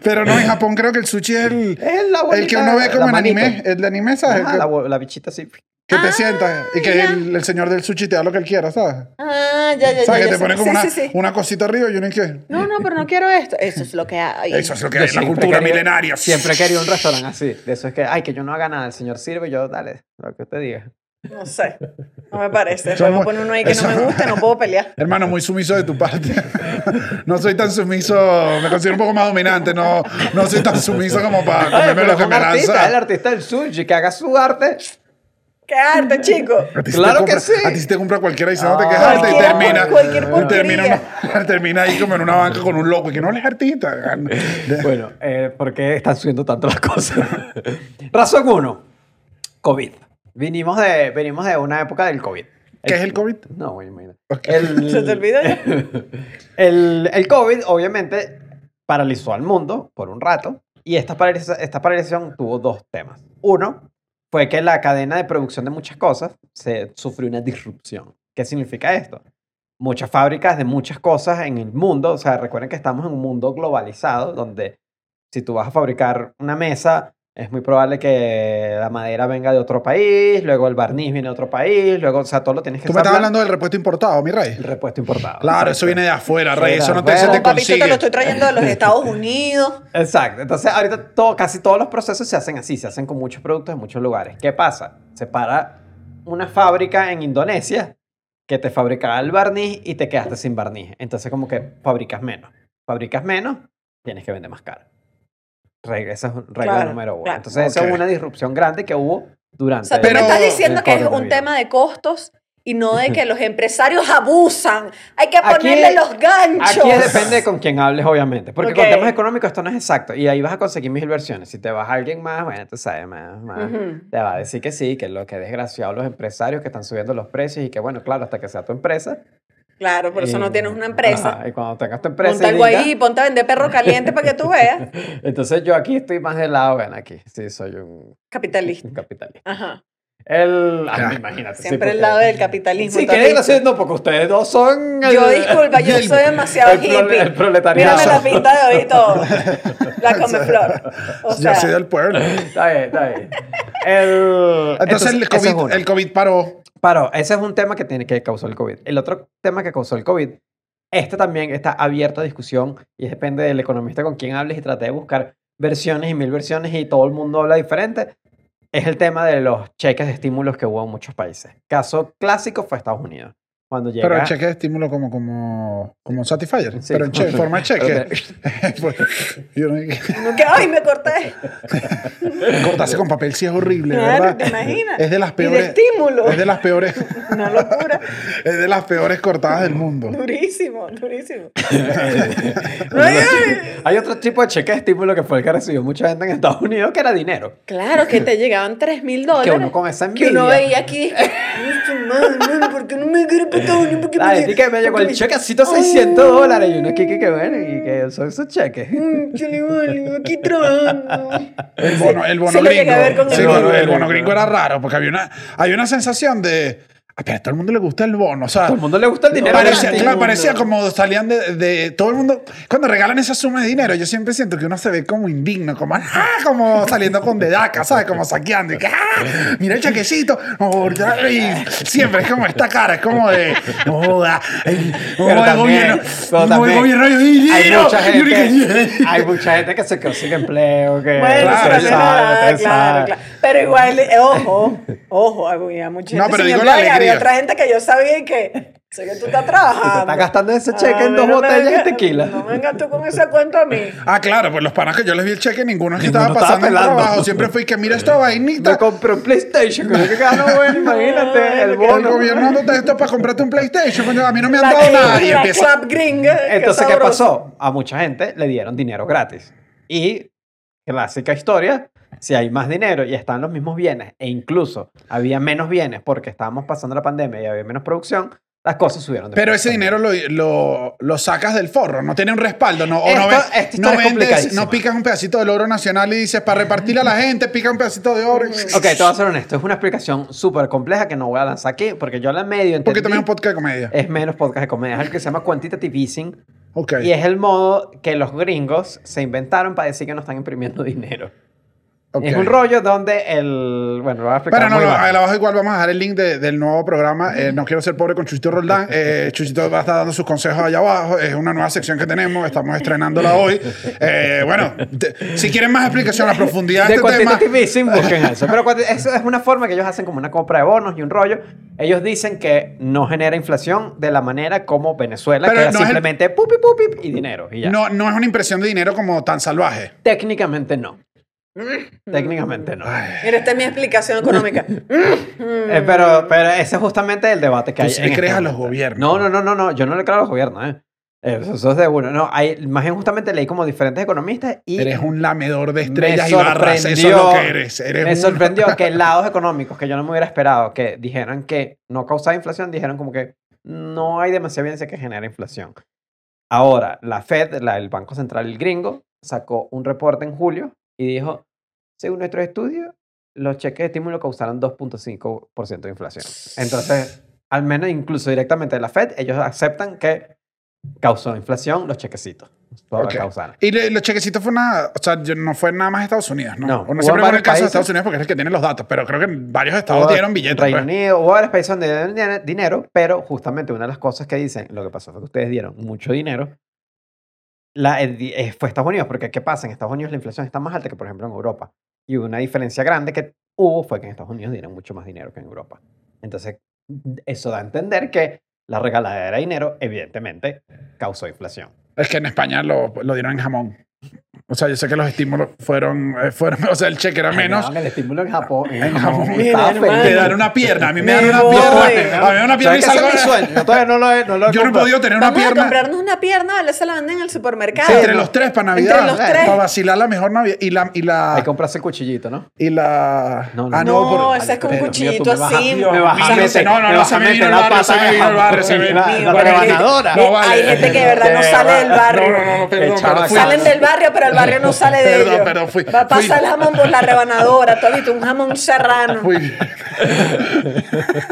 G: Pero no, en Japón creo que el sushi es el,
E: Es la
G: el que
E: bolita,
G: uno ve como
E: la
G: en anime.
E: manito.
G: El de anime, ¿sabes?
E: Ajá,
G: que,
E: la, bo- la bichita así.
G: que te sientas y que el, el señor del sushi te da lo que él quiera, ¿sabes?
F: Ah, ya, ya, ya.
G: ¿Sabes?
F: ya
G: que
F: sé.
G: te pone como
F: Sí,
G: una,
F: sí, sí.
G: una cosita arriba y uno y que...
F: No, no, pero no quiero esto. Eso es lo que hay.
G: Eso es lo que
E: Yo
G: hay en la
E: siempre
G: cultura
E: quería-
G: milenaria.
E: Siempre quería un restaurante así. De eso es que, ay, que yo no haga nada. El señor sirve, yo, dale, lo que usted diga.
F: No sé. No me parece.
G: Eso es
F: Luego
G: muy-
F: pone uno ahí que no
G: eso-
F: me gusta, no puedo pelear.
G: Hermano, muy sumiso de tu parte. No soy tan sumiso, me considero un poco más dominante, no, no soy tan sumiso como para
E: Oye,
G: comerme
E: pero
G: lo
E: es
G: que
E: un
G: me
E: artista, el
G: lanza.
E: artista del sushi, que haga su arte.
F: ¡Qué arte, chico!
G: A ti
E: Claro
G: te
E: que
G: compra-
E: sí.
G: A ti sí te compra cualquiera y se no te
E: Ah.
G: quejas y
F: Cualquiera,
G: termina.
F: cualquier
G: y termina,
F: porquería.
G: una- termina ahí como en una banca con un loco y que no él es artista.
E: Bueno, eh, ¿por qué están subiendo tanto las cosas? Razón uno, COVID. Vinimos de, venimos de una época del COVID.
G: ¿Qué es el COVID?
E: No, güey, imagínate.
G: Ok.
E: El-
F: ¿Se te olvidó
E: Eh,
F: ya?
E: el, el COVID, obviamente, paralizó al mundo por un rato. Y esta, paraliza- esta paralización tuvo dos temas. Uno fue que la cadena de producción de muchas cosas se sufrió una disrupción. ¿Qué significa esto? Muchas fábricas de muchas cosas en el mundo. O sea, recuerden que estamos en un mundo globalizado donde si tú vas a fabricar una mesa, es muy probable que la madera venga de otro país, luego el barniz viene de otro país, luego, o sea, todo lo tienes que
G: Tú me estás
E: ensamblar.
G: hablando del repuesto importado, mi rey.
E: el repuesto importado.
G: Claro, eso viene de afuera, rey. Eso no te,
E: Fuera,
G: se
F: No,
G: te
F: papito, te lo
G: consigue.
F: estoy trayendo de los Estados Unidos.
E: Exacto. Entonces, ahorita todo, casi todos los procesos se hacen así, se hacen con muchos productos en muchos lugares. ¿Qué pasa? Se para una fábrica en Indonesia que te fabricaba el barniz y te quedaste sin barniz. Entonces, como que fabricas menos. Fabricas menos, tienes que vender más caro. Reg- Esa es regla
F: Claro,
E: número uno.
F: claro.
E: Entonces, esa
G: Ok.
E: es una disrupción grande que hubo
F: O
E: durante.
F: sea, tú
G: Pero-
F: me estás diciendo
E: el
F: que es un
E: coronavirus.
F: tema de costos y no de que los empresarios abusan. Hay que ponerle
E: Aquí-
F: los ganchos.
E: Aquí depende de con quién hables, obviamente. Porque
F: Ok.
E: con temas económicos esto no es exacto. Y ahí vas a conseguir mil versiones. Si te vas a alguien más, bueno, tú sabes, más, más.
F: Ujú.
E: Te va a decir que sí, que lo que desgraciado los empresarios que están subiendo los precios y que, bueno, claro, hasta que sea tu empresa.
F: Claro, por eso
E: y-
F: no tienes una empresa.
E: Eh, Ajá, y cuando tengas tu empresa.
F: Ponte
E: y
F: algo
E: diga-
F: ahí, ponte a vender perro caliente para que tú veas.
E: Entonces yo aquí estoy más del lado, bueno, aquí sí soy un,
F: Capitalista.
E: un capitalista.
F: Ajá.
E: El. ah, imagínate. sí,
F: Siempre el
E: porque-
F: lado del capitalismo.
E: Sí,
F: ¿tú has
E: que
F: visto?
E: haciendo porque ustedes dos son. el-
F: Yo disculpa, yo soy demasiado
E: el prole-
F: hippie.
E: el proletariado.
F: Mírame la pinta de hoy y todo. La comeflor. O
G: Ya
F: sea,
G: soy del pueblo.
E: Está bien, está bien. El-
G: Entonces, el,
E: ese es
G: COVID,
E: uno.
G: el COVID paró.
E: Paró. Ese es un tema que, tiene, que causó el COVID. El otro tema que causó el COVID, este también está abierto a discusión y depende del economista con quien hables y trate de buscar versiones y mil versiones y todo el mundo habla diferente, es el tema de los cheques de estímulos que hubo en muchos países. Caso clásico fue Estados Unidos. Cuando llega...
G: Pero el cheque de estímulo como, como, como un Satisfyer.
E: Sí.
G: Pero en che- forma de cheque.
E: Pero-
G: Pues, yo no-
F: como que, ay, me corté.
G: Cortarse con papel sí es horrible,
F: Claro,
G: ¿verdad?
F: ¿te imaginas?
G: Es de las
F: Y de
G: peores.
F: estímulo.
G: Es de las peores.
F: Una locura.
G: Es de las peores cortadas del mundo.
F: Durísimo, durísimo.
E: Hay otro tipo de cheque de estímulo que fue el que recibió mucha gente en Estados Unidos, que era dinero.
F: Claro que te llegaban 3 mil
E: Que
F: dólares.
E: uno con esa
F: Que uno
E: envidia.
F: veía aquí. "Ay, madre, mano, ¿Por qué no me quiere puta uno? ¿Por qué me
E: Ay,
F: quiere-
E: di que me llegó
F: por qué
E: el
F: me-
E: chequecito 600 dólares y uno aquí que, que bueno, y que son esos cheques.
F: Mm, chale, vale, aquí trabajando.
G: El bono, el bono
F: Sí lo llegué
G: gringo.
F: a ver con
G: Sí,
E: el
G: el, bono,
E: bono
G: el
E: gringo.
G: bono gringo era raro porque había una, había una sensación de. "Ah, Pero a todo el mundo le gusta el bono. O sea,
E: Todo el mundo le gusta el dinero.
G: Parecía,
E: gratis.
G: claro, parecía como salían de, de- todo el mundo. Cuando regalan esas sumas de dinero, yo siempre siento que uno se ve como indigno, como, "Ah", como saliendo con dedaca, ¿sabes? Como saqueando. Y que, "Ah, mira el chaquecito. No, ya", y siempre es como esta cara, es como de. No, joda, el, no,
E: Pero
G: el
E: también,
G: gobierno.
E: pero
G: no, el
E: también
G: gobierno. yo,
E: hay
G: dinero".
E: mucha
G: Y uno que,
E: gente, hay mucha gente que se quedó sin empleo, que
F: Bueno,
E: ustedes
G: Claro,
F: pero
G: se
F: no
E: saben,
F: era nada,
E: ustedes
F: claro,
E: saben.
F: claro. Pero igual, eh, ojo, ojo, había mucha gente.
G: No, pero
F: sin
G: digo la
F: empleo y
G: alegría.
F: Había otra gente que yo sabía y que, sé que tú estás
E: Y te
F: trabajando.
E: estás gastando ese cheque
F: Ah,
E: en dos
F: no me
E: botellas de
F: vengas-
E: tequila.
F: No me vengas tú con ese cuento a mí.
G: Ah, claro, pues los panas que yo les vi el cheque, ninguno es que
E: Ninguno
G: estaba
E: estaba
G: pasando el
E: pelando.
G: trabajo. Siempre fui que, mira esta
E: Me
G: vainita.
E: compré un PlayStation, coño, que gano bueno,
F: Ah,
E: imagínate, el
G: El
E: bono.
G: gobierno dándote esto para comprarte un PlayStation. coño, A mí no me han
F: La
G: dado
F: gringa,
G: nada. Y
F: la
G: empieza
F: club gringa. que
E: Entonces, ¿qué
F: sabroso.
E: pasó? A mucha gente le dieron dinero gratis. Y, clásica historia, si hay más dinero y están los mismos bienes, e incluso había menos bienes porque estábamos pasando la pandemia y había menos producción, Las cosas subieron. de
G: Pero
E: precio
G: ese
E: también.
G: dinero lo, lo- lo sacas del forro, no tiene un respaldo, no, o
E: Esto-
G: no, ven-
E: esta historia
G: no
E: es
G: vendes,
E: complicadísima.
G: no picas un pedacito del oro nacional y dices, para repartirle a la gente, pica un pedacito de oro.
E: Ok, te voy a ser honesto. Es una explicación súper compleja que no voy a lanzar aquí porque yo la medio entendí.
G: Porque también es un podcast de comedia.
E: Es menos podcast de comedia. Es el que se llama Quantitative Easing.
G: Ok.
E: Y es el modo que los gringos se inventaron para decir que no están imprimiendo dinero.
G: ok.
E: Es un rollo donde el... Bueno, lo voy a explicar
G: Bueno, no,
E: muy
G: lo-
E: bajo.
G: ahí abajo igual vamos a dejar el link de- del nuevo programa. eh, no quiero ser pobre con Chuchito Roldán. Eh, Chuchito va a estar dando sus consejos allá abajo. Es una nueva sección que tenemos. Estamos estrenándola hoy. Eh, bueno, te- si quieren más explicación a profundidad
E: de
G: de este tema.
E: quantitative easing busquen eso. Pero cuanti- eso es una forma que ellos hacen como una compra de bonos y un rollo. Ellos dicen que no genera inflación de la manera como Venezuela,
G: Pero
E: que era
G: no es el-
E: simplemente pupi pupi y dinero y ya.
G: No, no es una impresión de dinero como tan salvaje.
E: Técnicamente no. Técnicamente no.
F: Mira, esta es mi explicación económica.
E: Eh, pero, pero ese es justamente el debate que
G: Tú
E: hay.
G: sí
E: en este
G: le crees a los
E: momento.
G: gobiernos.
E: No, no, no, no, no. Yo no le creo a los gobiernos, eh. Eh, Eso, eso es de uno. No, hay, más bien justamente leí como diferentes economistas y
G: Eres un lamedor
E: me
G: de estrellas y barras. Eso es
E: sorprendió-
G: lo que eres. Eres
E: me
G: un-
E: sorprendió que lados económicos que yo no me hubiera esperado que dijeran que no causaba inflación, dijeron como que no hay demasiada evidencia que genera inflación. Ahora, la Fed, la- el Banco Central el gringo, sacó un reporte en julio y dijo, según nuestros estudios, los cheques de estímulo causaron 2.5% de inflación. Entonces, al menos incluso directamente de la Fed, ellos aceptan que causó inflación los chequecitos. Lo
G: Ok.
E: causaron.
G: Y le- los chequecitos fue nada, o sea, yo- no fue nada más Estados Unidos, ¿no?
E: No,
G: Uno
E: hubo
G: siempre pone
E: varios
G: el caso de
E: países.
G: Estados Unidos porque es el que tiene los datos, pero creo que varios estados
E: Hubo-
G: dieron billetes.
E: Reino
G: pues.
E: Unido, hubo varios países donde dieron dine- dinero, pero justamente una de las cosas que dicen, lo que pasó fue que ustedes dieron mucho dinero. La, el di- eh, fue Estados Unidos, porque ¿qué pasa? En Estados Unidos la inflación está más alta que, por ejemplo, en Europa. Y una diferencia grande que hubo fue que en Estados Unidos dieron mucho más dinero que en Europa. Entonces, eso da a entender que la regaladera de dinero, evidentemente, causó inflación.
G: Es que en España lo, lo dieron en jamón. O sea, yo sé que los estímulos fueron, eh, fueron o sea, el cheque era menos.
E: El estímulo en Japón.
G: En Japón.
E: estaba
F: Mira, hermano.
E: feliz.
G: Te dan una pierna, a mí me,
F: Me
G: dan una
F: voy.
G: pierna. A mí me dan una pierna y
E: ¿Sabes que ese
G: salgo.
E: es mi sueño? pues. Yo todavía no lo he, no lo he
G: Yo no he
E: comprado.
G: podido tener una
F: Vamos a
G: pierna.
F: comprarnos una pierna, vale, se la venden en el supermercado.
G: Entre los tres para Navidad.
F: Entre los tres.
G: Para vacilar la mejor Navidad. Y la. Y
E: Hay que
G: la.
E: comprarse el cuchillito, ¿no?
G: Y la
E: No, no,
G: ah,
F: no,
G: no, por-
F: ese es con un
E: Dios mío, tú
F: cuchillito
E: me vas a-
F: así.
E: me vas a
G: Mío,
E: meter-
G: no, no,
E: Ah, me
G: no,
E: vas
G: se
E: a
G: me vino
E: meter
G: el
E: la
G: barrio,
E: pata
G: se me vino el barrio, se me vino.
E: la- la
G: Porque-
E: rebanadora.
G: No, vale.
F: Hay gente que de verdad no
E: De
F: sale
E: verdad.
F: del barrio.
G: No, no, no, no, perdón,
E: Qué chavaca.
G: pero fui-
F: Salen del barrio, pero el barrio no sale de
G: Perdón,
F: ellos.
G: perdón, fui-
F: Va a
G: fui-
F: pasar el jamón por la rebanadora. Tú has visto un jamón serrano.
G: Fui,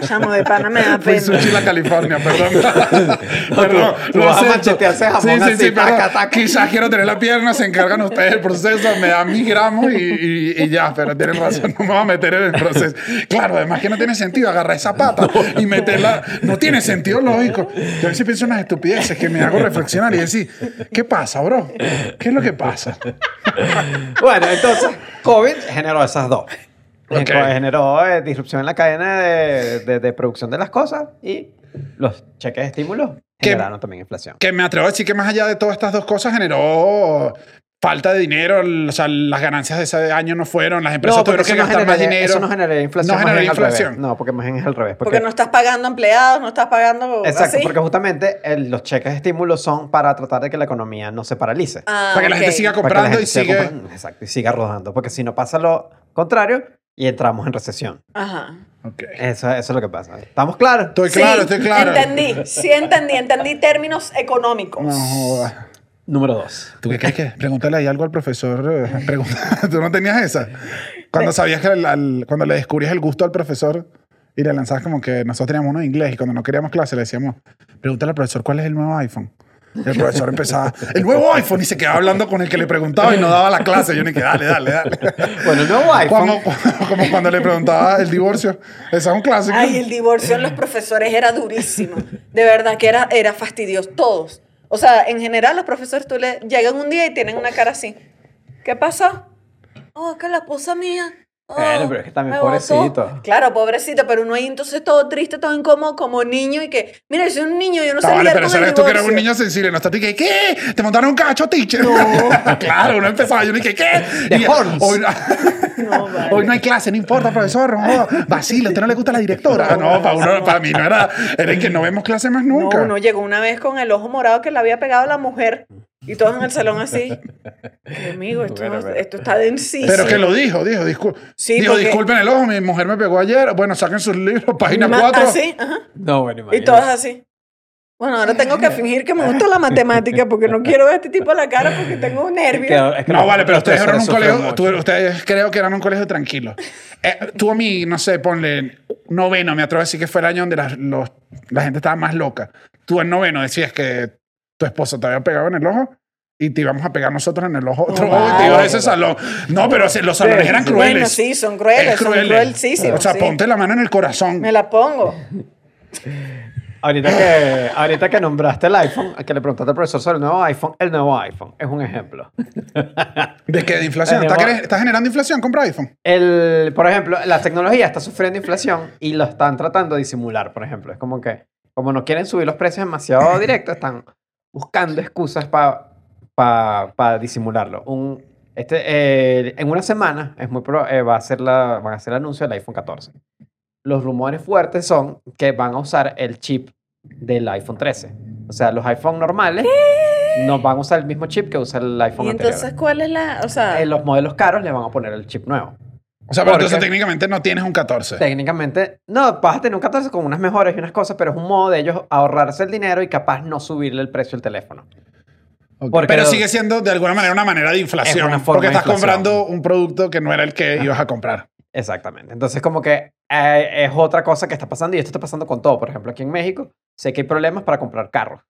F: Chamo de pana me da
G: fui
F: pena.
G: sushi la California, perdón. perdón,
E: tú
G: lo
E: vas a
G: acepto.
E: machetearse jamón
G: sí, sí,
E: así,
G: sí, perdón.
E: taca, taca.
G: Quizás quiero tener la pierna, se encargan ustedes del proceso, me dan mis gramos y, y- y ya, pero tienen razón, no me voy a meter en el proceso. Claro, además que no tiene sentido agarrar esa pata y meterla, no tiene sentido lógico. Yo a veces pienso unas estupideces que me hago reflexionar y decir, ¿qué pasa, bro? ¿Qué es lo que pasa?
E: Bueno, entonces, COVID generó esas dos.
G: Ok.
E: Generó eh, disrupción en la cadena de, de- de producción de las cosas y los cheques de estímulos
G: ¿Qué?
E: generaron también inflación.
G: Que me atrevo a decir que más allá de todas estas dos cosas generó falta de dinero, el- o sea, las ganancias de ese año no fueron, las empresas
E: porque
G: tuvieron que
E: eso no
G: gastar más
E: generaría-
G: dinero.
E: Eso no generaría inflación.
G: No
E: más
G: generaría
E: bien al revés.
G: inflación.
E: No, porque más bien es al revés.
F: Porque no estás pagando empleados, no estás pagando.
E: Exacto,
F: así.
E: porque justamente el- los cheques de estímulo son para tratar de que la economía no se paralice.
F: Ah,
G: para que la
F: ok.
G: gente siga
E: Para que la
G: comprando
E: gente
G: y
E: siga
G: sigue.
E: comprando. Exacto, y siga rodando. Porque si no pasa lo contrario y entramos en recesión.
F: Ajá.
G: Ok.
E: Eso, eso es lo que pasa. ¿Estamos claros?
G: Estoy claro,
F: Sí,
G: estoy claro.
F: Entendí, sí entendí, entendí términos económicos.
G: No joda.
E: Número dos.
G: ¿Tú qué crees que? Pregúntale ahí algo al profesor. eh, pregunta- ¿Tú no tenías esa? Cuando sabías que al- al- cuando le descubrías el gusto al profesor y le lanzabas como que nosotros teníamos uno de inglés y cuando no queríamos clase le decíamos, pregúntale al profesor cuál es el nuevo iPhone. Y el profesor empezaba, el nuevo iPhone, y se quedaba hablando con el que le preguntaba y no daba la clase. Yo ni que, dale, dale, dale.
E: Bueno, el nuevo iPhone.
G: Como, como cuando le preguntaba el divorcio. Esa es un clásico.
F: Ay, el divorcio en los profesores era durísimo. De verdad que era, era fastidioso, todos. O sea, en general los profesores tú le llegan un día y tienen una cara así. ¿Qué pasó? Oh, que la esposa mía. oh,
E: Bueno, pero es que también
F: me botó".
E: pobrecito.
F: Claro, pobrecito, pero uno ahí entonces todo triste, todo incómodo como niño y que, mira, yo soy un niño, yo no sé
G: Ah, vale,
F: lidiar
G: pero
F: con el
G: sabes tú que eres un
F: divorcio".
G: niño sensible, no estás tú que ¿qué? ¿Te montaron un cacho, teacher? claro, uno empezaba, yo dije, ¿qué?
E: The
G: Y-
E: horns.
G: Hoy,
F: No, vale.
G: hoy no hay clase, no importa, profesor, no, vacila, a usted no le gusta la directora. Ah, No, para, uno, para mí no era, era el que no vemos clase más nunca.
F: No, uno llegó una vez con el ojo morado que le había pegado a la mujer y todos en el salón así. "Qué Amigo, esto, no- esto está densísimo.
G: Pero que lo dijo, dijo, discu-
F: Sí,
G: dijo
F: porque-
G: disculpen el ojo, mi mujer me pegó ayer. Bueno, saquen sus libros, página
F: Ma-
G: 4.
F: Así, ajá.
E: No, bueno,
F: Y
E: imagínate.
F: todas así. Bueno, ahora tengo que fingir que me gusta la matemática porque no quiero ver a este tipo a la cara porque tengo nervios.
G: No, vale, pero ustedes eran un colegio,
E: Tú
G: tú- ustedes creo que eran un colegio tranquilo. Eh, tú a mí, no sé, ponle noveno, me atrevo a decir que fue el año donde las- los- la gente estaba más loca. Tú en noveno decías que tu esposo te había pegado en el ojo y te íbamos a pegar nosotros en el ojo, otro ojo y te ibas a ese salón. No, pero se- los salones
E: Oh, Sí,
G: eran
E: sí.
G: crueles.
F: Bueno, sí, son crueles,
G: Es
F: son
G: crueles.
F: cruelísimos,
G: O sea,
F: sí.
G: ponte la mano en el corazón.
F: Me la pongo.
E: Ahorita que, ahorita que nombraste el iPhone, que le preguntaste al profesor sobre el nuevo iPhone, el nuevo iPhone es un ejemplo.
G: ¿De qué? ¿De inflación?
E: Me
G: ¿Está,
E: llamó-
G: cre- está generando inflación? Compra iPhone.
E: El, por ejemplo, la tecnología está sufriendo inflación y lo están tratando de disimular, por ejemplo. Es como que, como no quieren subir los precios demasiado directo, están buscando excusas para disimularlo. Un, este, eh, en una semana es muy proba- eh, va a ser la, van a hacer el anuncio del iPhone 14. Los rumores fuertes son que van a usar el chip del iPhone 13. O sea, los iPhone normales no van a usar el mismo chip que usa el iPhone
F: Y
E: anterior.
F: entonces, ¿cuál es la...? O sea,
E: en los modelos caros le van a poner el chip nuevo.
G: O sea, pero
E: ¿Por
G: entonces
E: qué?
G: técnicamente no tienes un 14.
E: Técnicamente, no, vas a tener un 14 con unas mejoras y unas cosas, pero es un modo de ellos ahorrarse el dinero y capaz no subirle el precio al teléfono.
G: Ok.
E: Porque-
G: Pero sigue siendo de alguna manera una manera de inflación.
E: una forma
G: porque
E: de
G: estás
E: inflación.
G: comprando un producto que no era el que ibas a comprar.
E: Exactamente. Entonces, como que eh, es otra cosa que está pasando y esto está pasando con todo. Por ejemplo, aquí en México, sé que hay problemas para comprar carros.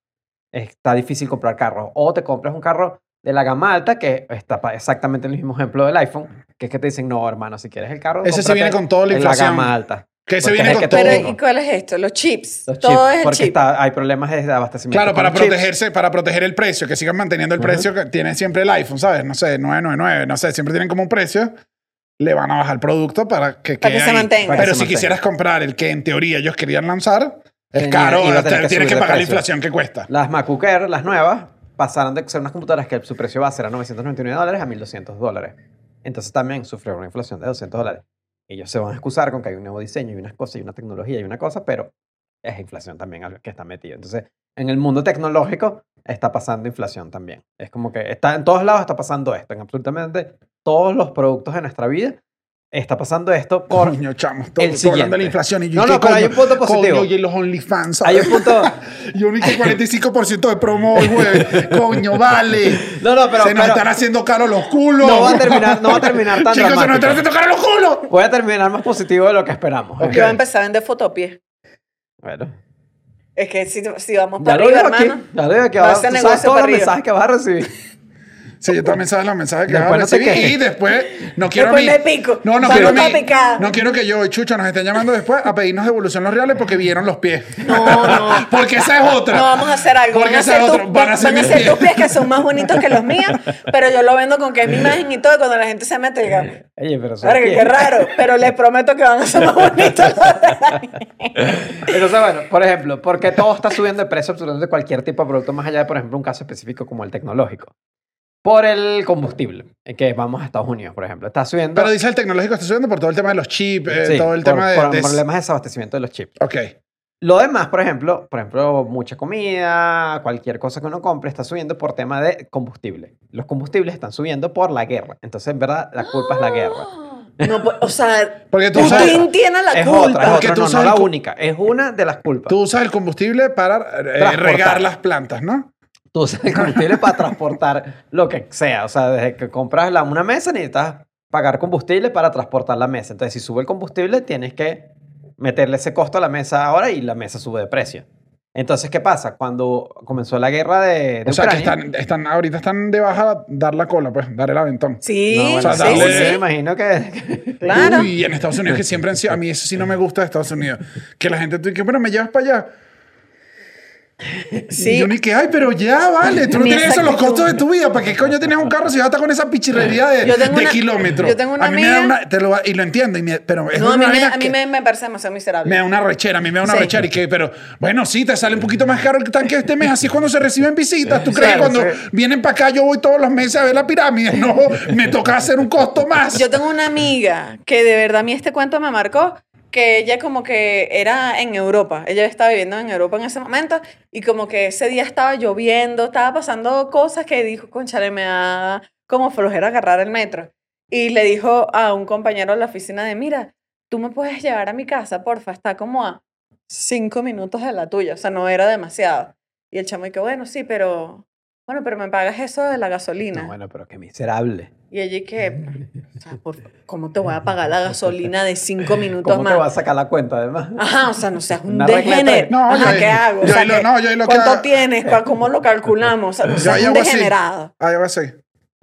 E: Está difícil comprar carros. O te compras un carro de la gama alta, que está pa- exactamente el mismo ejemplo del iPhone, que es que te dicen, no, hermano, si quieres el carro,
G: Ese sí viene
E: cómprate
G: con toda la
E: el
G: inflación.
E: gama alta.
G: Que se
E: Porque
G: viene
E: es
G: con
E: que
G: todo.
E: te-
F: pero ¿y cuál es esto? Los chips.
E: Los
F: Todo
E: chips,
F: es el
E: porque
F: chip.
E: está- hay problemas de abastecimiento.
G: Claro,
E: con
G: para
E: los chips.
G: protegerse, para proteger el precio, que sigan manteniendo el
E: Ujú.
G: precio que tiene siempre el iPhone, ¿sabes? No sé, 999, no sé, siempre tienen como un precio, le van a bajar el producto para que,
F: Para que
G: quede
F: se
G: ahí.
F: mantenga. Para
E: que
G: Pero
E: se
G: si
E: mantenga.
G: quisieras comprar el que en teoría ellos querían lanzar, es
E: Tenía-
G: caro,
E: iba a tener
G: te-
E: que
G: tienes que
E: subir de
G: pagar la
E: precio.
G: inflación que cuesta.
E: Las MacBook Air, las nuevas, pasaron de ser unas computadoras que su precio base era 999 dólares a 1200 dólares. Entonces también sufrieron una inflación de 200 dólares. Ellos se van a excusar con que hay un nuevo diseño y unas cosas y una tecnología y una cosa, pero es inflación también algo que está metido. Entonces, en el mundo tecnológico está pasando inflación también. Es como que está en todos lados está pasando esto, en absolutamente todos los productos de nuestra vida está pasando esto por
G: Coño, chamo, todo,
E: El
G: todo hablando de la
E: siguiente.
G: inflación y yo
E: No,
G: ¿qué
E: no, pero hay un punto positivo.
G: Coño, y los OnlyFans,
E: hay
G: ¿sabes?
E: un punto
G: Yo ni que 45% de promo hoy, güey. Coño, vale.
E: No, no, pero-
G: Se nos
E: pero-
G: están haciendo caros los culos.
E: No va a terminar- no va a terminar tan
G: Chicos, se nos
E: dramático.
G: están haciendo caros los culos.
E: Voy a terminar más positivo de lo que esperamos.
G: Ok.
F: Yo voy a empezar a vender fotopies.
E: Bueno.
F: Es que si, si vamos
E: Ya
F: para
E: lo
F: arriba,
E: veo aquí.
F: hermano.
E: Ya lo veo aquí.
F: Va a
E: Ahora,
F: ser
E: tú sabes
F: negocio
E: todos
F: para
E: los
F: arriba.
E: mensajes que vas a recibir.
G: Sí, yo también sabes los mensajes que
E: Después
G: van a
E: no te
G: recibir.
E: quejes.
G: y después no quiero
F: Después
G: a
F: me
G: mí.
F: pico.
G: No, no
F: Salgo
G: quiero a
F: toda
G: mí.
F: picada.
G: No quiero que yo y Chucho nos estén llamando después a pedirnos devolución los reales porque vieron los pies.
F: No, no.
G: Porque esa es otra.
F: No, vamos a hacer algo. van
G: Porque
F: a
G: esa
F: hacer,
G: es
F: tus-
G: otra. Van a hacer mis
F: tus
G: pies.
F: pies que son más bonitos que los míos, pero yo lo vendo con que es mi imagen y todo. y cuando la gente se mete, diga,
E: Oye, pero son
F: "Verga,
E: pies.
F: qué raro, pero les prometo que van a ser más bonitos. los de la mía".
E: Entonces, bueno, por ejemplo, porque todo está subiendo de precio absolutamente cualquier tipo de producto, más allá de, por ejemplo, un caso específico como el tecnológico. Por el combustible, en que vamos a Estados Unidos, por ejemplo. Está subiendo.
G: Pero dice el tecnológico está subiendo por todo el tema de los chips, eh,
E: sí,
G: todo el
E: por-
G: tema de.
E: por
G: de-
E: problemas de desabastecimiento de los chips.
G: Ok.
E: Lo demás, por ejemplo, por ejemplo, mucha comida, cualquier cosa que uno compre, está subiendo por tema de combustible. Los combustibles están subiendo por la guerra. Entonces, en verdad, la culpa es la guerra.
F: No, pues, o sea,
G: Porque tú sabes.
F: Putin tiene la
E: es
F: culpa.
E: otra, es
G: Porque
E: otra,
G: tú
E: no, no
G: sabes
E: la
G: cómo-
E: única. Es una de las culpas.
G: Tú usas el combustible para eh,
E: Transportar.
G: regar las plantas, ¿no?
E: tú usas el combustible para transportar lo que sea. O sea, desde que compras la, una mesa necesitas pagar combustible para transportar la mesa. Entonces, si sube el combustible, tienes que meterle ese costo a la mesa ahora y la mesa sube de precio. Entonces, ¿qué pasa? Cuando comenzó la guerra de, de
G: O sea, que
E: Ucrania...
G: están, están, ahorita están de baja dar la cola, pues, dar el aventón.
F: Sí,
E: No, bueno,
G: O sea,
F: sí,
E: sí,
G: dale-
F: sí,
E: yo me
F: sí,
E: imagino que...
F: Claro.
G: Y en Estados Unidos que siempre han sido... A mí eso sí no me gusta de Estados Unidos. Que la gente... Tú, que, pero me llevas para allá. Y
F: Sí.
G: yo ni que, ay, pero ya, vale. Tú no
F: Mi
G: tienes eso en los
F: exactitud.
G: costos de tu vida. ¿Para qué coño tienes un carro si vas a estar con esa pichirrería de,
F: Yo tengo
G: de
F: una-
G: kilómetros?
F: yo tengo una
G: a mí me da
F: amiga-
G: una... te lo, va- y lo entiendo. y me- pero es
F: No, a mí,
G: una
F: me,
G: vaina
F: a mí
G: que
F: me, me parece demasiado miserable.
G: me da una rechera, a mí me da una
F: Sí.
G: rechera y que, pero bueno, sí, te sale un poquito más caro el tanque este mes, así es cuando se reciben visitas. ¿Tú crees
E: Claro,
G: que cuando
E: sí.
G: vienen para acá yo voy todos los meses a ver la pirámide? No, me toca hacer un costo más.
F: Yo tengo una amiga que de verdad a mí este cuento me marcó, que ella como que era en Europa, ella estaba viviendo en Europa en ese momento y como que ese día estaba lloviendo, estaba pasando cosas que dijo, conchale, me da como flojera agarrar el metro. Y le dijo a un compañero de la oficina de, mira, tú me puedes llevar a mi casa, porfa, está como a cinco minutos de la tuya, o sea, no era demasiado. Y el chamo, y que bueno, sí, pero. Bueno, pero me pagas eso de la gasolina.
E: No, bueno, pero qué miserable.
F: Y ella, y que. O sea, por- ¿cómo te voy a pagar la gasolina de cinco minutos
E: ¿Cómo
F: más?
E: te vas a sacar la cuenta, además?
F: Ajá, o sea, no seas un
E: Una regla de
F: degenerado.
E: tres.
G: No,
F: Ajá,
G: yo-
F: ¿qué hago? O
G: yo
F: sea,
G: ahí lo-
F: ¿qué-
G: no, yo ahí lo que
F: ¿Cuánto
G: hago-
F: tienes? ¿Cuá- ¿Cómo lo calculamos? O sea, no
G: Yo
F: seas
G: ahí
F: un
G: hago así.
F: degenerado.
G: Ah, yo voy así.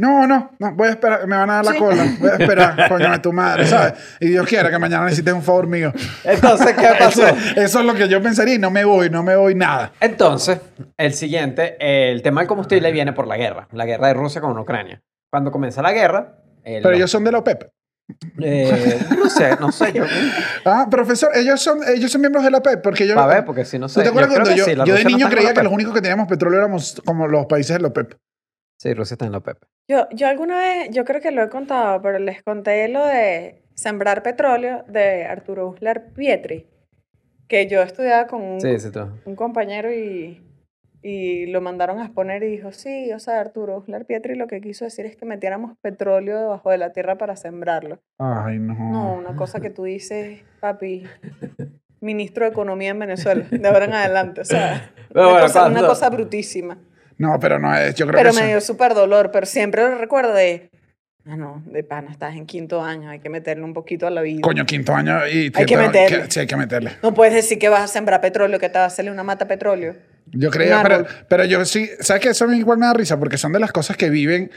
G: No, no, no, voy a esperar, me van a dar la
F: Sí.
G: cola, voy a esperar, coño de tu madre, ¿sabes? Y Dios quiera que mañana necesites un favor mío.
E: Entonces, ¿qué pasó?
G: Eso, eso es lo que yo pensaría y no me voy, no me voy nada.
E: Entonces, el siguiente, el tema del combustible viene por la guerra, la guerra de Rusia con Ucrania. Cuando comienza la guerra, el-
G: Pero ellos son de la OPEP.
E: eh, Rusia, no sé, yo,
G: Ah, profesor, ellos son, ellos son miembros de la OPEP porque yo...
E: a ver, porque si no sé.
G: ¿Tú te acuerdas
E: Eh, yo creo
G: cuando
E: que
G: yo,
E: sí, la
G: yo de
E: Rusia no
G: niño
E: está con
G: creía
E: la
G: que
E: OPEP.
G: los únicos que teníamos petróleo éramos como los países de la OPEP?
E: Sí, Rusia está en la OPEP.
F: Yo, yo alguna vez, yo creo que lo he contado, pero les conté lo de sembrar petróleo de Arturo Uslar Pietri, que yo estudiaba con un,
E: Sí, sí, tú.
F: un compañero y, y lo mandaron a exponer y dijo, sí, o sea, Arturo Uslar Pietri lo que quiso decir es que metiéramos petróleo debajo de la tierra para sembrarlo.
G: Ay, no.
F: No, una cosa que tú dices, papi, ministro de Economía en Venezuela, de ahora en adelante, o sea,
E: Pero
F: una,
E: bueno,
F: cosa, una
E: cuando-
F: cosa brutísima.
G: No, pero no es, yo creo
F: Pero
G: que
F: me
G: eso-
F: dio súper dolor, pero siempre lo recuerdo de, ah, no, de pana, estás en quinto año, hay que meterle un poquito a la vida.
G: Coño, quinto año y...
F: Hay que
G: pero-
F: meterle.
G: sí, hay que meterle.
F: No puedes decir que vas a sembrar petróleo, que te vas a hacerle una mata a petróleo.
G: Yo creía,
F: Un
G: pero,
F: árbol.
G: pero yo sí, ¿sabes que Eso me igual me da risa porque son de las cosas que viven,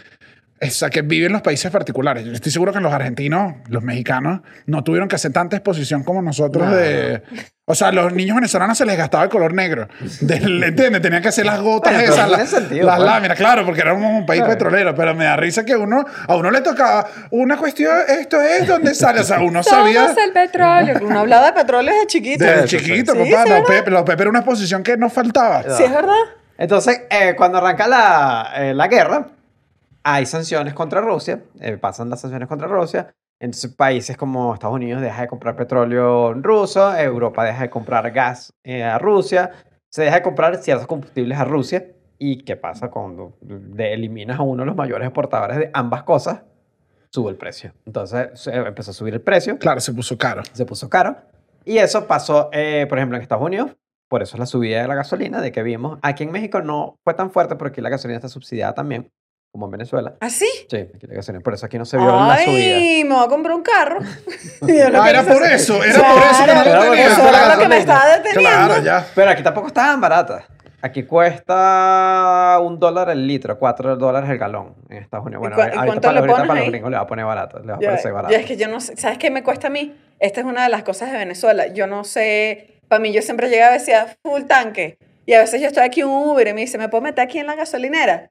G: o sea, que viven los países particulares. Yo estoy seguro que los argentinos, los mexicanos, no tuvieron que hacer tanta exposición como nosotros
E: No.
G: de... O sea, los niños venezolanos se les gastaba el color negro. Del- ¿Entiendes? Tenían que hacer las gotas
E: Bueno, pero
G: esas,
E: tiene
G: las,
E: sentido,
G: las
E: pues.
G: láminas, claro, porque éramos un país
E: Claro.
G: petrolero, pero me da risa que uno, a uno le tocaba una cuestión, esto es donde sale, o sea, uno sabía...
F: Tomas el petróleo. Uno hablaba de petróleo desde chiquito.
G: Desde chiquito,
F: Sí,
G: papá,
F: sí,
G: la
F: ¿verdad?
G: OPEP, la OPEP era una exposición que no
E: Eh.
G: faltaba.
F: Sí, es verdad.
E: Entonces, eh, cuando arranca la, eh, la guerra, hay sanciones contra Rusia, eh, pasan las sanciones contra Rusia. Entonces, países como Estados Unidos deja de comprar petróleo ruso, Europa deja de comprar gas eh, a Rusia, se deja de comprar ciertos combustibles a Rusia. ¿Y qué pasa cuando le eliminas a uno de los mayores exportadores de ambas cosas? Sube el precio. Entonces, se empezó a subir el precio
G: Claro, se puso caro.
E: se puso caro. Y eso pasó, eh, por ejemplo, en Estados Unidos. Por eso es la subida de la gasolina de que vimos. Aquí en México no fue tan fuerte porque aquí la gasolina está subsidiada también, como en Venezuela.
F: ¿Así?
E: Sí, aquí la gasolina. Por eso aquí no se vio la subida.
F: Ay, me voy a comprar un carro. Y yo lo
G: Ah,
F: que
G: era
F: hice-
G: por eso, era por eso que no
E: Claro, por
G: lo
E: eso
G: tenía.
F: Eso era lo que
E: gasolina.
F: me estaba deteniendo.
G: Claro, ya.
E: Pero aquí tampoco está tan barata. Aquí cuesta un dólar el litro, cuatro dólares el galón en Estados Unidos.
F: ¿Y
E: Bueno,
F: cua- y
E: ahorita,
F: cuánto
E: para,
F: le
E: ahorita
F: pones
E: para los
F: ahí?
E: gringos le va a poner barato, le va a
F: Ya,
E: parecer
F: ya
E: barato.
F: es que yo no sé, ¿sabes qué me cuesta a mí? Esta es una de las cosas de Venezuela. Yo no sé, para mí yo siempre llegaba y decía, full tanque. Y a veces yo estoy aquí en un Uber y me dice, ¿me puedo meter aquí en la gasolinera?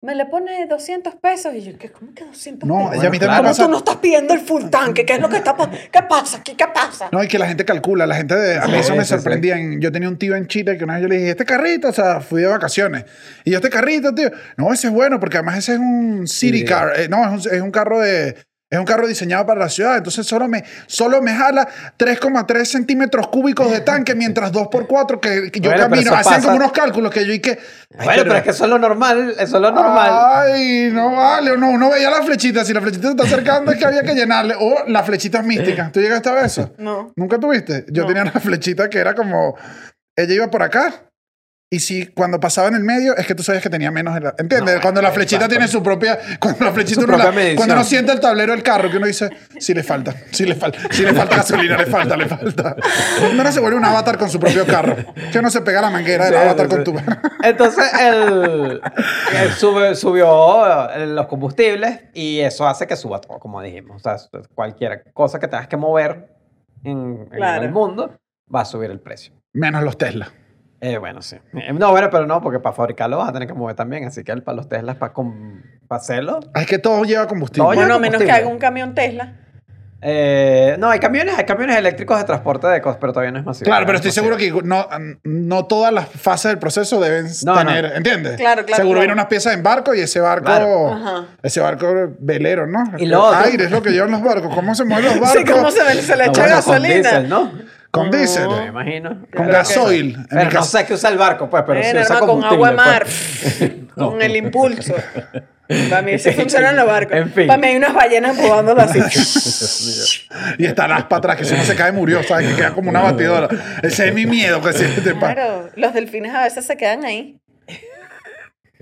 F: Me le pone 200 pesos. Y yo, ¿qué? ¿cómo que 200
G: No,
F: pesos?
G: y a
E: Bueno,
G: mí también me
E: claro.
F: ¿Cómo
G: pasa.
F: tú no estás pidiendo el full tanque? ¿Qué es lo que está pasando? ¿Qué pasa aquí? ¿Qué pasa?
G: No, y que la gente calcula, la gente de, a mí
E: Sí,
G: eso me
E: sí, sí.
G: sorprendía. En- Yo tenía un tío en Chile que una vez yo le dije, este carrito, o sea, fui de vacaciones. Y yo, este carrito, tío, no, ese es bueno, porque además ese es un city
E: Sí.
G: car, Eh, no, es un, es un carro de... Es un carro diseñado para la ciudad, entonces solo me, solo me jala 3,3 centímetros cúbicos de tanque, mientras 2x4 que, que yo
E: Bueno, pero
G: camino.
E: eso
G: Hacen
E: pasa.
G: como unos cálculos que yo y que... ay,
E: bueno, pero, es que eso es lo normal, eso es lo normal.
G: Ay, no vale. No, uno veía la flechita. Si la flechita se está acercando es que había que llenarle. O las flechitas místicas. ¿Tú llegaste a ver eso?
F: No.
G: ¿Nunca tuviste? Yo tenía una flechita que era como... Ella iba por acá. Y si cuando pasaba en el medio, es que tú sabías que tenía menos... en la- ¿Entiendes?
E: No,
G: cuando la
E: es
G: flechita
E: bárbaro.
G: tiene su propia... Cuando la flechita...
E: Su
G: uno la-
E: propia medición.
G: cuando uno siente el tablero del carro, que uno dice, si le falta, si le falta, si le falta gasolina, le falta, le falta. Cuando uno se vuelve un avatar con su propio carro. Que uno se pega la manguera del
E: Sí,
G: avatar
E: sí,
G: con
E: sí.
G: tu...
E: Entonces el, el sube- subió eh, los combustibles y eso hace que suba todo, como dijimos. O sea, cualquier cosa que tengas que mover en, en
F: Claro.
E: el mundo va a subir el precio.
G: Menos los Tesla.
E: Eh, bueno, sí. Eh, No, bueno, pero no, porque para fabricarlo vas a tener que mover también. Así que el- para los Teslas, para, com- para hacerlo.
G: Ah, Es que todo lleva combustible.
E: Todo lleva
F: Bueno, a menos que
E: combustible.
F: haga un camión Tesla.
E: eh, no, hay camiones, hay camiones eléctricos de transporte de cosas, pero todavía no es masivo.
G: Claro, pero
E: Todavía no
G: estoy
E: es
G: seguro
E: masivo.
G: que no, mm, no todas las fases del proceso deben
E: No,
G: tener,
E: no.
G: ¿entiendes?
F: Claro, claro, claro.
G: Seguro viene unas piezas en barco y ese barco,
E: Claro.
F: Ajá.
G: ese barco velero, ¿no?
E: Y lo otro-
G: Aire es lo que llevan los barcos. ¿Cómo se mueven los barcos?
F: Sí, ¿cómo se, le- se le
E: No,
F: echa
E: bueno,
F: gasolina?
E: Con diésel, ¿no?
F: Oh,
G: Con diésel.
E: Me imagino.
G: Con
E: Pero-
G: gasoil. En mi
E: Pero no
G: caso-
E: sé qué usa el barco, pues, pero
F: Bueno,
E: sí usa
F: hermano, eh, con
E: combustible.
F: agua de mar.
E: pues. No.
F: con el impulso. Para mí sí funcionan los barcos.
E: En fin.
F: Para mí hay unas ballenas empujándolas así.
G: Y estarás para atrás, que si no se cae murió, ¿sabes? Que queda como una batidora. Ese es mi miedo que siempre te pasa.
F: Claro, los delfines a veces se quedan ahí.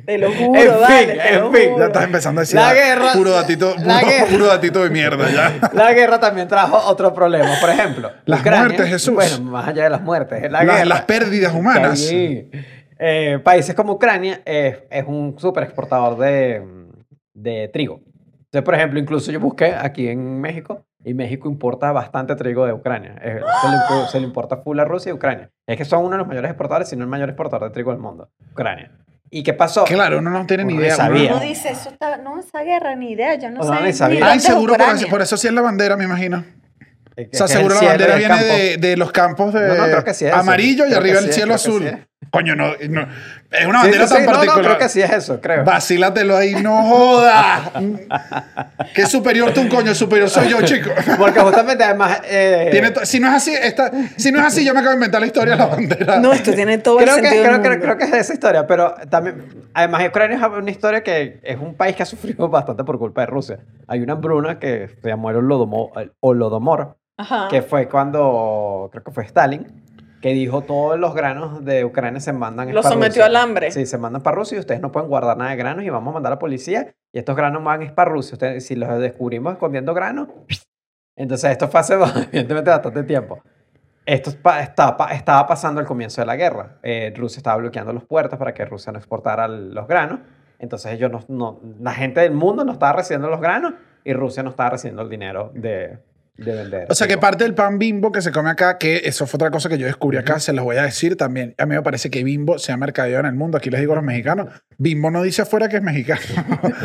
F: Te lo juro,
E: En fin,
F: vale, te
E: en
F: lo
E: fin.
F: juro.
G: Ya estás empezando a decir.
E: La
G: ah,
E: guerra-
G: Puro datito, puro,
E: la guerra.
G: puro datito de mierda, ya.
E: La guerra también trajo otro problema. Por ejemplo,
G: Las
E: Ucrania-
G: muertes, Jesús.
E: Bueno, más allá de las muertes, la
G: Las-
E: guerra.
G: las pérdidas humanas.
E: Sí. Eh, países como Ucrania eh, es un super exportador de, de trigo. Entonces, por ejemplo, incluso yo busqué aquí en México y México importa bastante trigo de Ucrania. Eh, se, le, impu- se le importa full a Rusia y Ucrania. Es que son uno de los mayores exportadores, si no el mayor exportador de trigo del mundo, Ucrania. ¿Y qué pasó?
G: Claro, uno no tiene ni
E: Uno
G: idea.
E: no
G: uno no-
E: sabía.
F: No dice, eso está, no, esa guerra, ni idea, yo no,
E: No,
F: sé.
E: ni sabía.
G: Ay,
F: dónde es
G: seguro por,
F: Ucrania.
G: por eso sí es la bandera, me imagino.
E: Es que- es
G: O sea,
E: que el
G: seguro la
E: cierre
G: bandera
E: del
G: viene
E: campo.
G: de, de los campos de
E: No, no, creo que sí es eso.
G: amarillo y
E: Creo que
G: arriba
E: sí
G: el
E: es,
G: cielo
E: creo que
G: azul.
E: sí
G: Coño, no, no. Es una
E: Sí,
G: bandera
E: sí,
G: tan
E: sí, no, no,
G: particular.
E: creo que sí es eso, creo.
G: Vacílatelo ahí, no jodas. que es superior tú un coño, el superior soy yo, chico.
E: Porque justamente además... eh,
G: Tiene to- si no es así, esta- si no es así, yo me acabo de inventar la historia de la bandera.
F: No, esto tiene todo el
E: creo que,
F: sentido
E: creo,
F: del
E: creo-
F: mundo.
E: creo que es esa historia, pero también, además Ucrania es una historia que es un país que ha sufrido bastante por culpa de Rusia. Hay una hambruna que se llamó el Holodomor, el Holodomor,
F: Ajá.
E: que fue cuando, creo que fue Stalin, que dijo todos los granos de Ucrania se mandan es
F: Los
E: para
F: sometió
E: Rusia".
F: al hambre.
E: Sí, se mandan para Rusia y ustedes no pueden guardar nada de granos y vamos a mandar a la policía y estos granos van es para Rusia. Ustedes, si los descubrimos escondiendo granos, entonces esto fue hace evidentemente bastante tiempo. Esto es pa- estaba, pa- estaba pasando al comienzo de la guerra. Eh, Rusia estaba bloqueando los puertos para que Rusia no exportara el- los granos. Entonces ellos no, no- la gente del mundo no estaba recibiendo los granos y Rusia no estaba recibiendo el dinero de, de vender. este
G: O sea que
E: Tipo,
G: parte del pan bimbo que se come acá, que eso fue otra cosa que yo descubrí acá, se los voy a decir también. A mí me parece que bimbo se ha mercadeado en el mundo. Aquí les digo a los mexicanos, bimbo no dice afuera que es mexicano.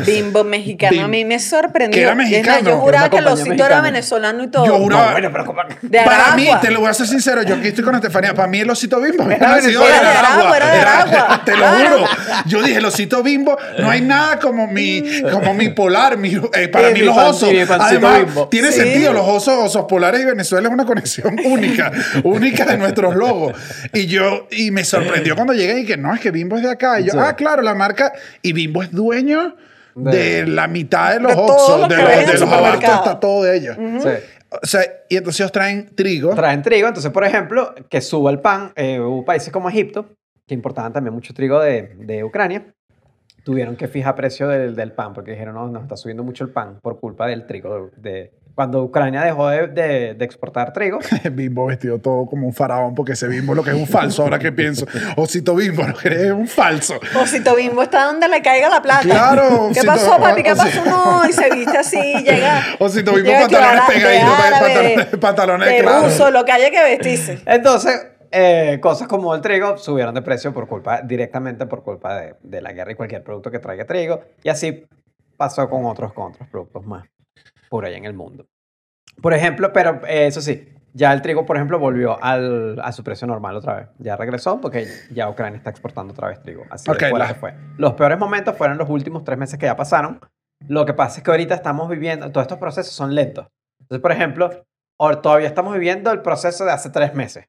F: Bimbo mexicano,
G: Bimbo.
F: a mí me sorprendió.
G: Que era
F: Es más,
G: mexicano.
F: Yo juraba
E: Era
F: que
E: una
F: el osito
E: compañía
F: era
E: mexicana.
F: venezolano y todo.
G: Yo juraba-
E: bueno, pero ¿cómo-
F: De
G: Para
F: Aragua.
G: mí, te lo voy a ser sincero, yo aquí estoy con Estefanía. Para mí el osito bimbo viene
E: Era
G: nacido
E: Venezuela,
G: en
E: era de
F: Aragua, era de Aragua.
G: Te lo
F: Claro.
G: juro. Yo dije, el osito bimbo, no hay nada como mi, como mi polar, mi- eh, para
E: Sí,
G: mí
E: mi
G: los
E: pan-
G: osos.
E: mi pancito
G: Además,
E: Bimbo.
G: tiene
F: Sí.
G: sentido, los osos, osos polares y Venezuela es una conexión única, única de nuestros logos. Y yo, y me sorprendió cuando llegué y que no, es que bimbo es de acá. Y yo,
E: Sí.
G: ah, claro, la marca, y bimbo es dueño. De
E: De-
G: la mitad de los
F: De todo
G: osos,
F: lo
G: de
F: que
G: los,
F: ves en
G: de
F: el
G: los abastos,
F: supermercado.
G: está todo de ellos.
E: Sí.
G: O sea, y entonces ellos traen trigo.
E: Traen trigo, entonces, por ejemplo, que suba el pan, eh, hubo países como Egipto, que importaban también mucho trigo de, de Ucrania, tuvieron que fijar precio del, del pan, porque dijeron, no, nos está subiendo mucho el pan por culpa del trigo. De, de-". Cuando Ucrania dejó de, de- de exportar trigo,
G: Bimbo vestido todo como un faraón, porque ese bimbo lo que es un falso, ahora que pienso. Osito bimbo lo que es un falso.
F: Osito Bimbo está donde le caiga la plata.
G: Claro,
F: Ah, ¿Qué
G: Osito-
F: pasó, papi? ¿Qué pasó?
G: Osito-
F: No, y se viste así, y llega.
G: Osito Bimbo,
F: llega que
G: pantalones
F: ahora- de
G: pegaditos,
F: árabe,
G: pantalones- pantalones
F: de
G: claros.
F: ruso, lo que haya que vestirse.
E: entonces, eh, cosas como el trigo subieron de precio por culpa, directamente por culpa de, de la guerra y cualquier producto que traiga trigo, y así pasó con otros, con otros productos más por allá en el mundo. Por ejemplo, pero eh, eso sí, ya el trigo, por ejemplo, volvió al, a su precio normal otra vez. Ya regresó porque ya Ucrania está exportando otra vez trigo. Así de
G: Ok,
E: fuerte
G: la-
E: fue. Los peores momentos fueron los últimos tres meses que ya pasaron. Lo que pasa es que ahorita estamos viviendo, todos estos procesos son lentos. Entonces, por ejemplo, ahor- todavía estamos viviendo el proceso de hace tres meses.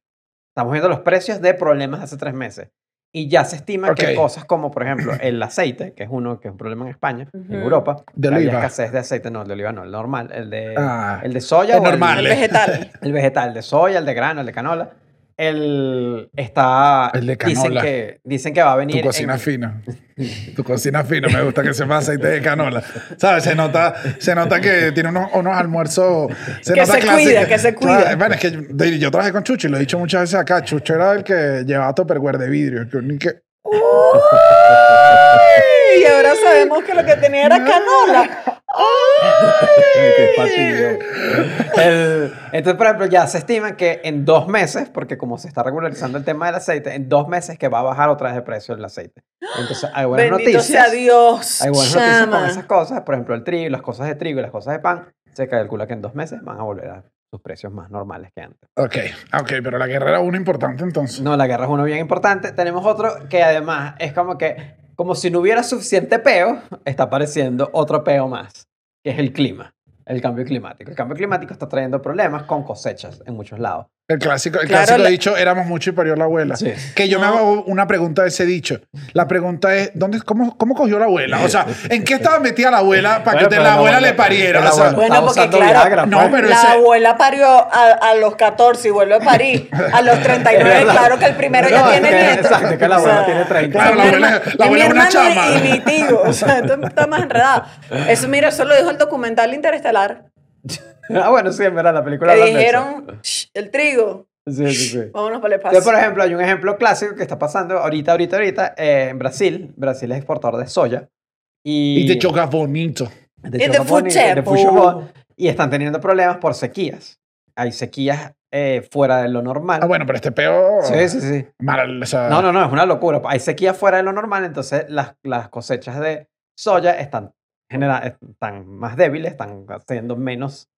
E: Estamos viendo los precios de problemas de hace tres meses. Y ya se estima
G: Ok.
E: que cosas como, por ejemplo, el aceite, que es uno que es un problema en España, en
F: Ujú.
E: Europa,
G: De
E: que había
G: oliva.
E: escasez de aceite, no, el de oliva no, el normal, el de,
G: Ah,
E: el de soya
G: el
E: o el-
G: normal. eh.
F: El
G: Dale.
F: vegetal.
E: el vegetal, el de soya, el de grano, el de canola. El está.
G: El de
E: Dicen
G: canola.
E: que, dicen que va a venir.
G: Tu cocina
E: en-
G: fina. Tu cocina fina. Me gusta que sepa aceite de canola. ¿Sabes? Se nota, se nota que tiene unos, unos almuerzos.
F: Que
G: nota
F: se cuida, que se cuida.
G: Claro, Bueno, es que yo, de- yo trabajé con Chucho y lo he dicho muchas veces acá. Chucho era el que llevaba topperware de vidrio. que- que-
F: Ay, Y ahora sabemos que lo que tenía era canola.
E: Qué fastidio. El- entonces, por ejemplo, ya se estima que en dos meses, porque como se está regularizando el tema del aceite, en dos meses que va a bajar otra vez el precio del aceite. Entonces, hay buenas
F: Bendito
E: noticias.
F: sea Dios.
E: Hay buenas noticias con
F: chama.
E: esas cosas, por ejemplo, el trigo, las cosas de trigo y las cosas de pan, se calcula que en dos meses van a volver a sus precios más normales que antes.
G: Ok, ok, pero la guerra era uno importante entonces.
E: No, la guerra es uno bien importante. Tenemos otro que además es como que, como si no hubiera suficiente peo, está apareciendo otro peo más, que es el clima, el cambio climático. El cambio climático está trayendo problemas con cosechas en muchos lados.
G: El clásico, el
F: Claro,
G: clásico
F: la-
G: dicho, éramos mucho y parió la abuela.
E: Sí.
G: Que yo me hago una pregunta de ese dicho. La pregunta es, ¿dónde, cómo, ¿cómo cogió la abuela? O sea, ¿en qué estaba metida la abuela para
E: Bueno,
G: que
E: pero
G: la, abuela le pariera?
E: la
G: O sea,
E: abuela estaba
F: Bueno, porque
E: usando
F: claro,
E: Viagra,
G: no,
E: pues.
G: pero
F: la
G: ese-
F: abuela parió a, a los 14 y vuelve a parir a los 39. claro que el primero ya
E: No,
F: tiene
E: es que-
F: nieto.
E: exacto, que la
F: O
E: abuela
F: sea,
E: tiene 30.
G: Claro, la
F: mi
G: abuela-
F: herma-
G: la
F: y mi
G: abuela es una
F: hermano
G: chama.
F: Y, y mi tío. O sea, esto está más enredado. Eso, mira, eso lo dijo el documental Interestelar.
E: Ah, bueno, sí, en verdad, la película
F: Que
E: habla de eso.
F: dijeron, "Shh, el trigo,
E: Sí, sí, sí.
F: vámonos para el espacio.
E: Entonces, por ejemplo, hay un ejemplo clásico que está pasando ahorita, ahorita, ahorita eh, en Brasil. Brasil es exportador de soya. Y,
G: Y te chocas bonito.
E: de
F: Y de
E: Chocopón y de
F: Fuchepo.
E: Fuchopón, Y están teniendo problemas por sequías. Hay sequías eh, fuera de lo normal.
G: Ah, bueno, Ah. pero este peo...
E: Sí, sí, sí.
G: Mal, o sea,
E: No, no, no, es una locura. Hay sequía fuera de lo normal, entonces las, las cosechas de soya están, genera- están más débiles, están haciendo menos,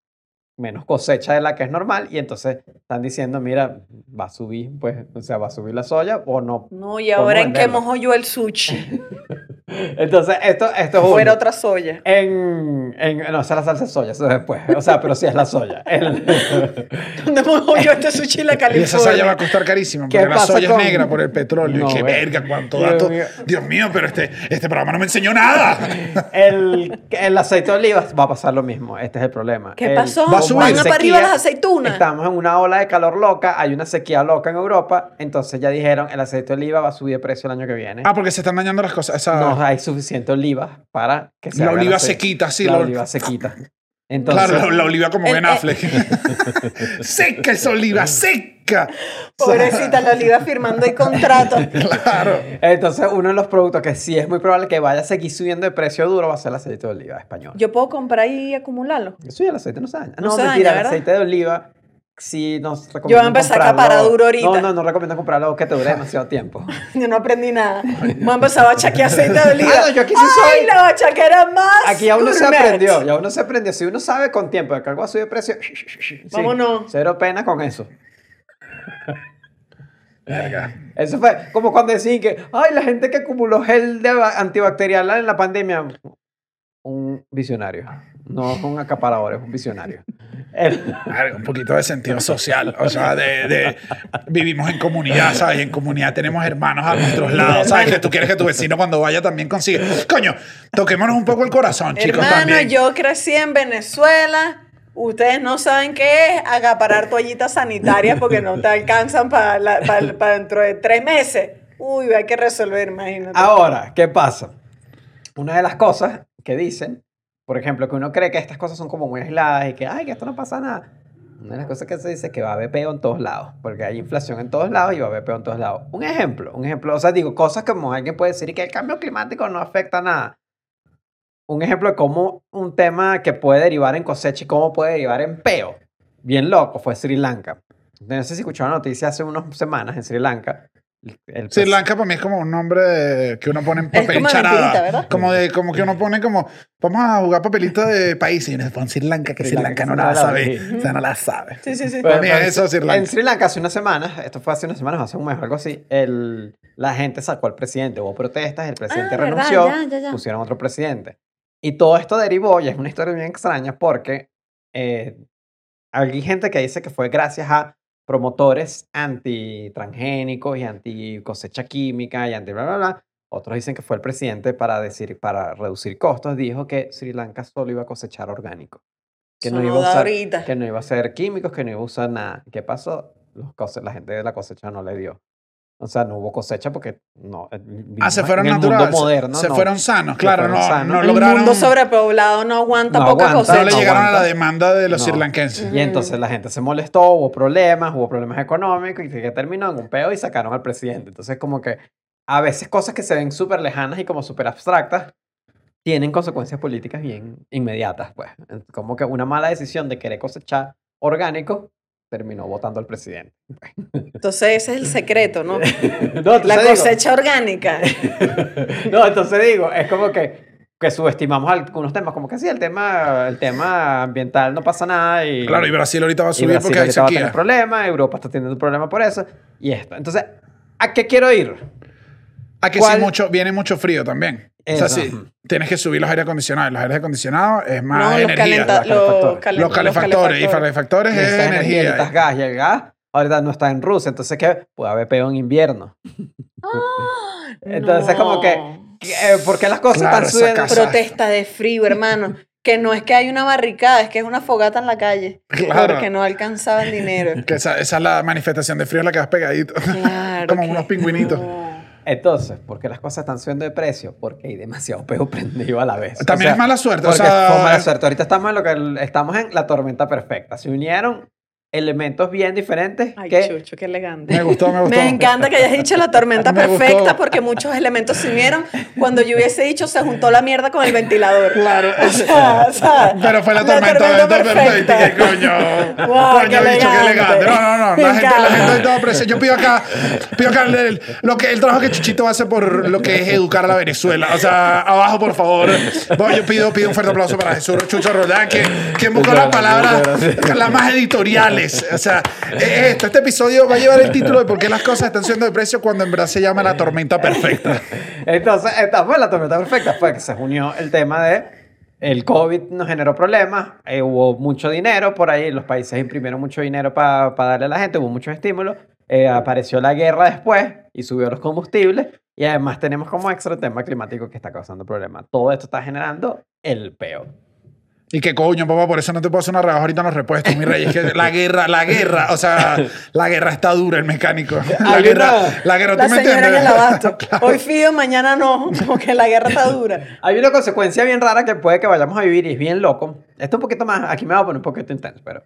E: menos cosecha de la que es normal y entonces están diciendo, mira, va a subir, pues, o sea, va a subir la soya o no.
F: No, y ahora
E: ¿Cómo
F: en qué
E: venderlo?
F: mojo yo el sushi.
E: Entonces, esto, esto es uno.
F: Fuera otra soya.
E: En, en- no, esa es la salsa de soya, eso es después. O sea, pero sí es la soya. El-
F: ¿Dónde mojo yo este sushi en la
G: Y esa
F: California?
G: soya va a costar carísima
E: ¿Qué
G: porque la
E: pasa
G: soya
E: con-
G: es negra por el petróleo.
E: No,
G: y qué
E: ve.
G: verga, cuánto
E: Dios
G: dato.
E: mío.
G: Dios mío, pero este, este programa no me enseñó nada.
E: el, el aceite de oliva va a pasar lo mismo. Este es el problema.
F: ¿Qué
E: El-
F: pasó?
G: Va a subir.
E: hay
F: Van a para arriba
E: sequía,
F: las aceitunas.
E: Estamos en una ola de calor loca, hay una sequía loca en Europa, entonces ya dijeron el aceite de oliva va a subir de precio el año que viene.
G: Ah, porque se están dañando las cosas. esa-
E: no hay suficiente oliva para que se
G: La
E: haga el
G: oliva
E: aceite.
G: se quita, sí,
E: La
G: la-
E: oliva se quita. Entonces,
G: claro, la, la oliva como
F: El-
G: Ben
F: eh.
G: Affleck. seca esa oliva, seca.
F: Pobrecita, la liga firmando el contrato.
G: Claro.
E: entonces uno de los productos que sí es muy probable que vaya a seguir subiendo de precio duro va a ser el aceite de oliva español.
F: Yo puedo comprar y acumularlo.
E: Eso ya el aceite no se daña.
F: No
E: No,
F: se daña,
E: mentira, el
F: ¿verdad?
E: aceite de oliva sí nos recomiendo
F: a empezar a acaparar duro ahorita.
E: No, no, no recomiendo comprarlo que te dure demasiado tiempo.
F: Yo no aprendí nada. Me han pasado a chaquear aceite de oliva.
E: Ah, no, yo aquí sí
F: ¡Ay,
E: soy-
F: la chaquera más!
E: Aquí ya uno se
F: gourmet!
E: aprendió, ya uno se aprendió. Si uno sabe con tiempo de que algo ha subido de precio, sí,
F: Vámonos.
E: Cero pena con eso. Eso fue como cuando decían que, ay, la gente que acumuló gel de ba- antibacterial en la pandemia. Un visionario. No es un acaparador, es un visionario. El-
G: Claro, Un poquito de sentido social. O sea, de, de- vivimos en comunidad, ¿sabes? Y en comunidad tenemos hermanos a nuestros lados, ¿sabes? Que tú quieres que tu vecino cuando vaya también consiga. Coño, toquémonos un poco el corazón, chicos.
F: Hermano,
G: también.
F: yo crecí en Venezuela. Ustedes no saben qué es acaparar toallitas sanitarias porque no te alcanzan para dentro de tres meses. Uy, hay que resolver, imagínate.
E: Ahora, ¿qué pasa? Una de las cosas que dicen, por ejemplo, que uno cree que estas cosas son como muy aisladas y que, ay, que esto no pasa nada. Una de las cosas que se dice es que va a haber peo en todos lados, porque hay inflación en todos lados y va a haber peo en todos lados. Un ejemplo, un ejemplo, o sea, digo, cosas como alguien puede decir que el cambio climático no afecta a nada. Un ejemplo de cómo un tema que puede derivar en cosecha y cómo puede derivar en peo, bien loco, fue Sri Lanka. No sé si escucharon la noticia hace unas semanas en Sri Lanka. el- el
G: Sri
E: pres-
G: Lanka para mí es como un nombre de- que uno pone en papel
F: como
G: charada.
F: mentirita, ¿verdad?
G: Como de, como que uno pone como, vamos a jugar papelito de país. Y uno pone Sri Lanka, que
E: Sri
G: Sri
E: Lanka,
G: Lanka
E: que
G: no
E: Sri
G: la
E: Lanka,
G: sabe.
E: sí.
G: O sea, no la sabe.
F: Sí, sí, sí.
E: Bueno,
G: También
E: pero
G: eso, Sri Lanka.
E: En Sri Lanka hace unas semanas, esto fue hace unas semanas, hace un mes, algo así, el, la gente sacó al presidente, hubo protestas, el presidente
F: Ah, verdad,
E: renunció,
F: ya, ya, ya.
E: pusieron otro presidente. Y todo esto derivó, y es una historia bien extraña, porque eh, hay gente que dice que fue gracias a promotores antitransgénicos y anti cosecha química y anti bla, bla, bla. Otros dicen que fue el presidente para, decir, para reducir costos, dijo que Sri Lanka solo iba a cosechar orgánico. Que no
F: Eso
E: iba a
F: da
E: usar
F: ahorita.
E: que no iba a ser químicos, que no iba a usar nada. ¿Qué pasó? Los cose- la gente de la cosecha no le dio. O sea, no hubo cosecha porque no. eh,
G: Ah,
E: vivimos
G: se fueron
E: en el mundo
G: naturales. se-
E: moderno,
G: se
E: no.
G: fueron sanos,
E: Se
G: claro.
E: fueron
G: no,
E: sanos.
G: no
F: El
G: lograron.
F: mundo sobrepoblado no aguanta
E: No
F: poca
E: aguanta,
G: no le
E: No
F: cosecha.
G: llegaron a la
E: aguanta.
G: demanda de los
E: No.
G: sirlanquenses.
E: Y entonces la gente se molestó, hubo problemas, hubo problemas económicos y que terminó en un peo y sacaron al presidente. Entonces, como que a veces cosas que se ven súper lejanas y como súper abstractas tienen consecuencias políticas bien inmediatas, pues. Como que una mala decisión de querer cosechar orgánico terminó votando al presidente.
F: Entonces ese es el secreto,
E: No,
F: ¿no? La
E: entonces digo-
F: cosecha orgánica.
E: no, entonces digo, es como que, que subestimamos algunos temas, como que sí, el tema, el tema ambiental no pasa nada y...
G: Claro, y Brasil ahorita va a
E: y
G: subir
E: Brasil
G: porque hay
E: ahorita va a
G: sequía.
E: tener problemas, Europa está teniendo un problema por eso, y esto. Entonces, ¿a qué quiero ir?
G: Ah, que sí,
E: ¿Cuál?
G: mucho, viene mucho frío también. O sea,
E: Eso.
G: sí, tienes que subir los aire acondicionados. Los aire acondicionados es más
F: no, los,
G: energía.
F: calenta-
E: los
F: los,
E: calefactores.
F: calen-
G: los calefactores. Y calefactores es
E: Necesitas energía,
G: energía. eh.
E: necesitas gas y el gas. ahorita no está en Rusia, entonces que puede haber peo en invierno. entonces como que, eh, ¿por qué las cosas
G: Claro,
E: están
G: esa
E: subiendo?
G: casa.
F: Protesta de frío, hermano. Que no es que hay una barricada, es que es una fogata en la calle.
G: Claro.
F: Porque no alcanzaban dinero.
G: Que esa, esa es la manifestación de frío en la que vas pegadito.
F: Claro.
G: Como
F: que
G: unos pingüinitos.
F: no.
E: Entonces, ¿por qué las cosas están subiendo de precio? Porque hay demasiado peo prendido a la vez.
G: También es mala suerte, o
E: Porque
G: sea-
E: fue mala suerte. Ahorita estamos en, lo que, estamos en la tormenta perfecta. Se unieron elementos bien diferentes
F: Ay,
E: que
F: Chucho, qué elegante.
G: Me gustó, me gustó.
F: Me encanta que hayas dicho la tormenta
G: Me gustó.
F: perfecta porque muchos elementos se unieron cuando yo hubiese dicho se juntó la mierda con el ventilador. Claro.
G: Pero fue la tormenta, de perfecta. ¿Qué coño?
F: Guau,
G: coño,
F: qué
G: bicho, qué elegante.
F: elegante.
G: No, no, no.
F: Me
G: La gente, la
F: encanta.
G: gente de todo precio. Yo pido acá, pido acá el, el- lo que, el trabajo que Chuchito hace por lo que es educar a la Venezuela. O sea, abajo, por favor. Voy, yo pido, pido un fuerte aplauso para Jesús Chucho Roldán, que, que buscó las palabras las más editoriales. O sea, eh, esto, este episodio va a llevar el título de por qué las cosas están siendo de precio cuando en verdad se llama la tormenta perfecta.
E: Entonces, esta fue la tormenta perfecta. Fue que se unió el tema de el COVID nos generó problemas, eh, hubo mucho dinero por ahí, los países imprimieron mucho dinero para darle a la gente, hubo muchos estímulos, eh, apareció la guerra después y subió los combustibles y además tenemos como extra el tema climático que está causando problemas. Todo esto está generando el peo.
G: Y que coño, papá, por eso no te puedo hacer una rebaja ahorita en los repuestos, mi rey. Es que la guerra, la guerra, o sea, la guerra está dura, el mecánico. La
E: Hay
G: guerra,
E: una-
G: la guerra,
F: La
G: ¿tú me
F: señora en
G: entiendes?
F: el abasto.
G: Claro.
F: Hoy fío, mañana no, porque la guerra está dura.
E: Hay una consecuencia bien rara que puede que vayamos a vivir y es bien loco. Esto un poquito más, aquí me va a poner un poquito intenso, pero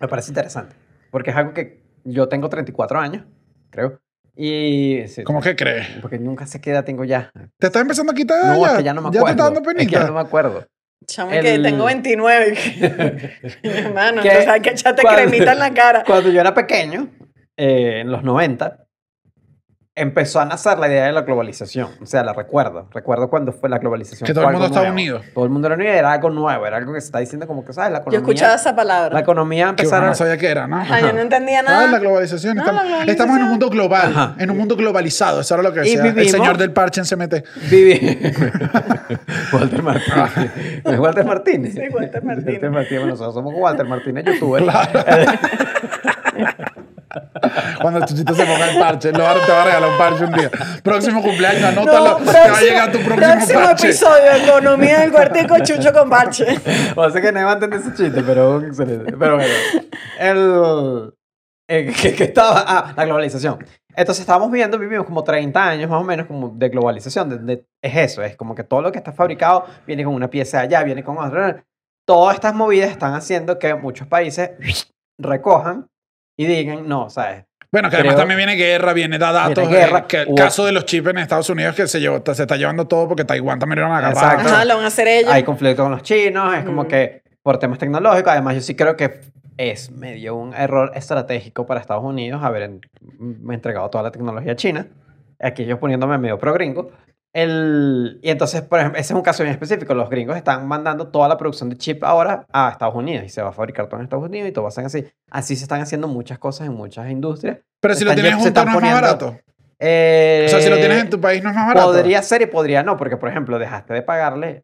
E: me parece interesante. Porque es algo que yo tengo 34 años, creo. Y... sí,
G: ¿Cómo que crees?
E: Porque nunca sé qué edad tengo ya.
G: ¿Te estás empezando a quitar?
E: No, es que ya no me acuerdo.
G: Ah, te está dando
E: Es que
G: penita.
E: ya no me acuerdo.
F: Chamo,
E: El-
F: que tengo 29. Hermano,
E: Que-
F: entonces hay que echarte
E: cuando-
F: cremita en la cara.
E: Cuando yo era pequeño, eh, en los 90, empezó a nacer la idea de la globalización. O sea, la recuerdo. Recuerdo cuando fue la globalización.
G: Que todo
E: fue
G: el mundo
E: algo
G: estaba
E: nuevo.
G: unido.
E: Todo el mundo era unido, era algo nuevo, era algo que se está diciendo como que, ¿sabes? La
F: Yo
E: economía.
F: escuchaba esa
E: La
F: palabra.
E: economía
G: Que uno
E: empezar
G: no sabía qué era, ¿no?
F: Ay, yo no entendía
G: Ah, la
F: nada.
G: globalización.
F: No,
G: estamos,
F: la globalización.
G: estamos en un mundo global,
E: Ajá.
G: en un mundo globalizado. Eso era lo que
E: Y
G: decía el
E: vivimos-
G: señor del parche en CMT.
E: Vivi. Walter Martínez. ¿No es Walter Martínez?
F: Sí, Walter Martínez.
E: Walter Martínez. Bueno, nosotros somos Walter Martínez, youtuber.
G: Cuando Chuchito se ponga el parche, lo va- te va a regalar un parche un día. Próximo cumpleaños,
F: No,
G: anótalo. te va a llegar tu próximo, parche.
F: episodio, economía del cuartico Chucho con parche.
E: O sea que nadie va a entender ese chiste, pero un excelente. Pero bueno. El. eh, que, que estaba. Ah, la globalización. Entonces estábamos viendo, vivimos como 30 años más o menos como de globalización. de- de- es eso, es como que todo lo que está fabricado viene con una pieza de allá, viene con otra. Todas estas movidas están haciendo que muchos países recojan y digan, no, ¿sabes?
G: Bueno, que además
E: Creo-
G: también viene guerra, viene da datos.
E: Viene guerra.
G: eh, que el
E: Hubo-
G: caso de los chips en Estados Unidos que se, llevó, se está llevando todo porque Taiwán también lo van a agarrar.
E: Exacto.
F: Ajá, lo van a hacer ellos.
E: Hay conflicto con los chinos, es
G: Mm.
E: como
F: Ujú.
E: que por temas tecnológicos. Además, yo sí creo que es medio un error estratégico para Estados Unidos haber en- m- entregado toda la tecnología a China. Aquí yo poniéndome medio pro gringo. El, y entonces, por ejemplo, ese es un caso bien específico. Los gringos están mandando toda la producción de chip ahora a Estados Unidos y se va a fabricar todo en Estados Unidos y todo va a ser así. Así se están haciendo muchas cosas en muchas industrias.
G: Pero si lo
E: Están-
G: tienes
E: se
G: junto
E: están
G: no es más
E: poniendo-
G: barato.
E: Eh,
G: O sea, si lo tienes en tu país no es más barato.
E: Podría ser y podría no, porque por ejemplo, dejaste de pagarle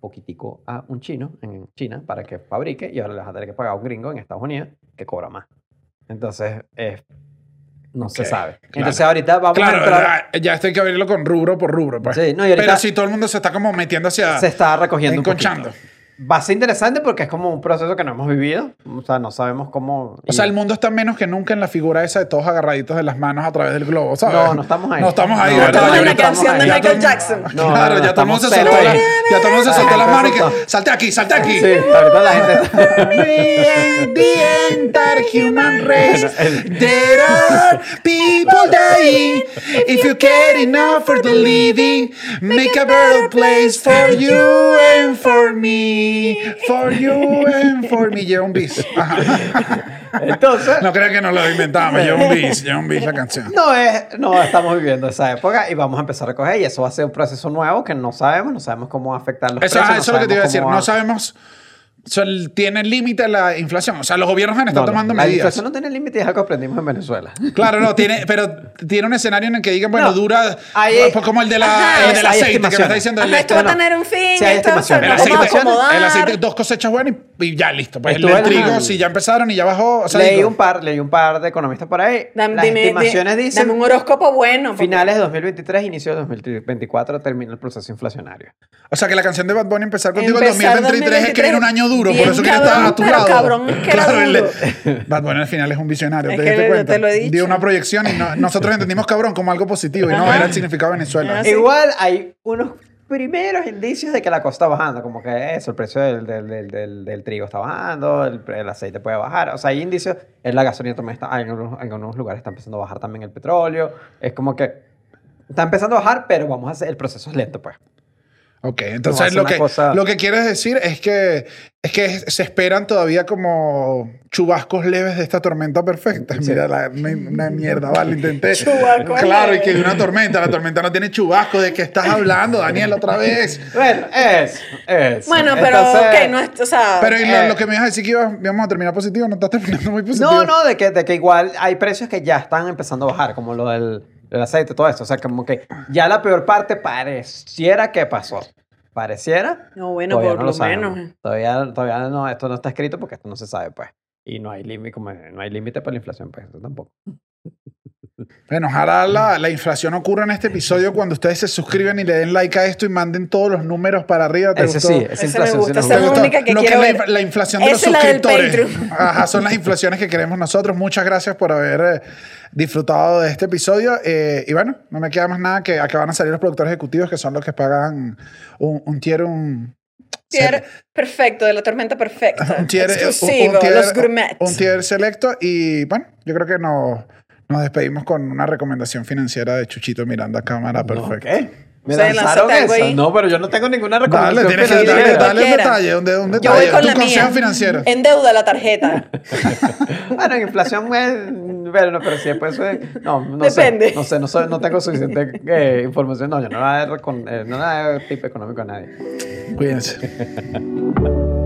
E: poquitico a un chino en China para que fabrique y ahora le vas a tener que pagar a un gringo en Estados Unidos que cobra más. Entonces, eh, no se
G: Ok,
E: sabe.
G: claro.
E: Entonces, ahorita vamos a
G: Claro,
E: entrar.
G: ya- ya esto hay que abrirlo con rubro por rubro. Pues.
E: Sí, no, y ahorita
G: Pero si todo el mundo se está como metiendo hacia...
E: Se está recogiendo un
G: enconchando.
E: poquito. Va a ser interesante porque es como un proceso que no hemos vivido. O sea, no sabemos cómo.
G: O sea, el mundo está menos que nunca en la figura esa de todos agarraditos de las manos a través del globo, ¿sabes?
E: No, no estamos ahí.
G: No estamos ahí,
E: No,
G: ¿verdad?
F: estamos en la
G: Yo-
F: canción de
G: Ya
F: Michael
G: todo el-
F: Jackson.
E: No, no,
G: claro,
E: no,
G: ya todo el
E: estamos
G: mundo se soltó
E: cero
G: la-
E: ahí.
G: ya todo el mundo se
E: Ah,
G: soltó las
E: no,
G: manos y
E: no.
G: que... Salte aquí, salte aquí.
E: Sí, ahorita la gente está-
G: Bien, bien, that human race. There are people dying. If you care enough for the living, make a better place for you and for me. For you and for me. Lleva un bis.
E: Entonces.
G: No creo que nos lo inventamos. Lleva un bis. Lleva un bis la canción.
E: No, es, no estamos viviendo esa época y vamos a empezar a coger y eso va a ser un proceso nuevo que no sabemos, no sabemos cómo va a afectar los
G: Eso,
E: precios,
G: ah,
E: no
G: eso es lo que te iba a
E: sabemos
G: decir.
E: cómo
G: No
E: va-
G: sabemos. o sea, tiene límite la inflación. O sea, los gobiernos han
E: No,
G: estado
E: no,
G: tomando
E: La
G: medidas.
E: inflación no tiene límites, es algo que aprendimos en Venezuela.
G: Claro, no, tiene, pero tiene un escenario en el que digan, bueno,
E: No,
G: dura
E: ahí-
G: pues, como el de la,
E: Ajá,
G: el del
E: hay
G: aceite que me está
E: estimaciones.
G: diciendo el,
F: Ajá, esto va a
E: no, no.
F: tener un fin,
E: Sí, hay
F: esto se
E: estimaciones. Pero
F: lo
G: el
F: vamos a
G: aceite,
E: estimaciones.
F: acomodar.
G: el aceite, dos cosechas buenas y y ya listo. Pues el
E: Estuve
G: del trigo,
E: leyendo.
G: si ya empezaron y ya bajó. O sea,
E: leí
G: digo,
E: un par, leí un par de economistas por ahí.
F: Dam-
E: Las
F: dime-
E: estimaciones
F: di-
E: dicen
F: Dame un horóscopo bueno. porque-
E: finales de 2023, inicio de 2024 termina el proceso inflacionario.
G: o sea, que la canción de Bad Bunny empezar contigo en
F: Empezar
G: 2023, es que viene un año duro, por
F: bien
G: eso quiere
F: cabrón,
G: estar a tu
F: pero
G: lado.
F: cabrón, es que era
G: Claro, él le-
F: duro.
G: Bad Bunny al final es un visionario,
F: Es
G: te
F: que
G: diste
F: yo
G: cuenta.
F: te lo he dicho.
G: Dio una proyección y no- nosotros entendimos cabrón como algo positivo y no
F: Ajá.
G: era el significado de Venezuela.
F: Ah, sí.
E: Igual hay unos primeros indicios de que la cosa está bajando, como que eso, el precio del, del, del, del- del trigo está bajando, el, pre- el aceite puede bajar, o sea, hay indicios, en la gasolina también está, en algunos, en algunos lugares está empezando a bajar también el petróleo, es como que está empezando a bajar, pero vamos a hacer, el proceso es lento, pues.
G: Ok,
E: No,
G: entonces
E: es
G: lo,
E: una
G: que,
E: cosa-
G: lo que quieres decir es que, es que es- se esperan todavía como chubascos leves de esta tormenta perfecta. Mira, la- me- una mierda, vale, intenté.
F: Chubascos
G: Claro, y
F: leves.
G: que de una tormenta, la tormenta no tiene chubasco. ¿De qué estás hablando, Daniel, otra vez?
E: Bueno, es, es.
F: Bueno, pero
E: Entonces-
F: ok, no es, o sea,
G: Pero y lo,
E: Eh.
G: lo que me ibas a decir que ibas- íbamos a terminar positivo, no estás terminando muy positivo.
E: No, no, de que, de que igual hay precios que ya están empezando a bajar, como lo del el aceite, todo esto. O sea, como que ya la peor parte pareciera que pasó. Pareciera.
F: No, bueno,
E: Todavía
F: por
E: no
F: lo
E: sabemos.
F: menos.
E: Todavía, todavía no, esto no está escrito porque esto no se sabe, pues. Y no hay límite, como no hay límite para la inflación, pues esto tampoco.
G: Bueno, ojalá la, la inflación ocurra en este episodio cuando ustedes se suscriban y le den like a esto y manden todos los números para arriba. ¿Te
E: Ese
G: gustó?
E: sí, esa
F: Ese me
E: inflación. sí
F: gusta,
E: nos
F: esa es la
E: gusta.
F: única que
G: lo que
F: quiero
G: es la,
F: ver.
G: la inflación de
F: Esa es
G: los
F: la del
G: suscriptores.
F: Patreon.
G: Ajá, son las inflaciones que queremos nosotros. Muchas gracias por haber eh, disfrutado de este episodio. Eh, y bueno, no me queda más nada que acaban de salir los productores ejecutivos, que son los que pagan un, un tier, un.
F: tier perfecto, de la tormenta perfecta.
G: un tier,
F: exclusivo,
G: un tier-
F: los gourmets.
G: un tier selecto. Y bueno, yo creo que nos, nos despedimos con una recomendación financiera de Chuchito Miranda Cámara
E: No,
G: Perfecta.
E: ¿Qué? ¿Me
F: O sea,
E: lanzaron
F: lánzate algo
E: eso?
F: ahí.
E: No, pero yo no tengo ninguna
G: Dale,
E: recomendación.
G: tienes que
E: financiera.
G: dale,
F: financiera.
G: dale un
F: Cualquiera.
G: detalle. Un, de- un
F: Yo voy
G: detalle.
F: con
G: Tu
F: la
G: consejo
F: mía. Eh,
G: financiero.
F: En deuda la tarjeta.
E: Bueno, en inflación es. Bueno, pero si después. es- No, no sé,
F: Depende.
E: no sé, no, sé, no tengo suficiente eh, información. No, yo no le voy a dar recon- eh, no le voy a dar tip económico a nadie.
G: Cuídense.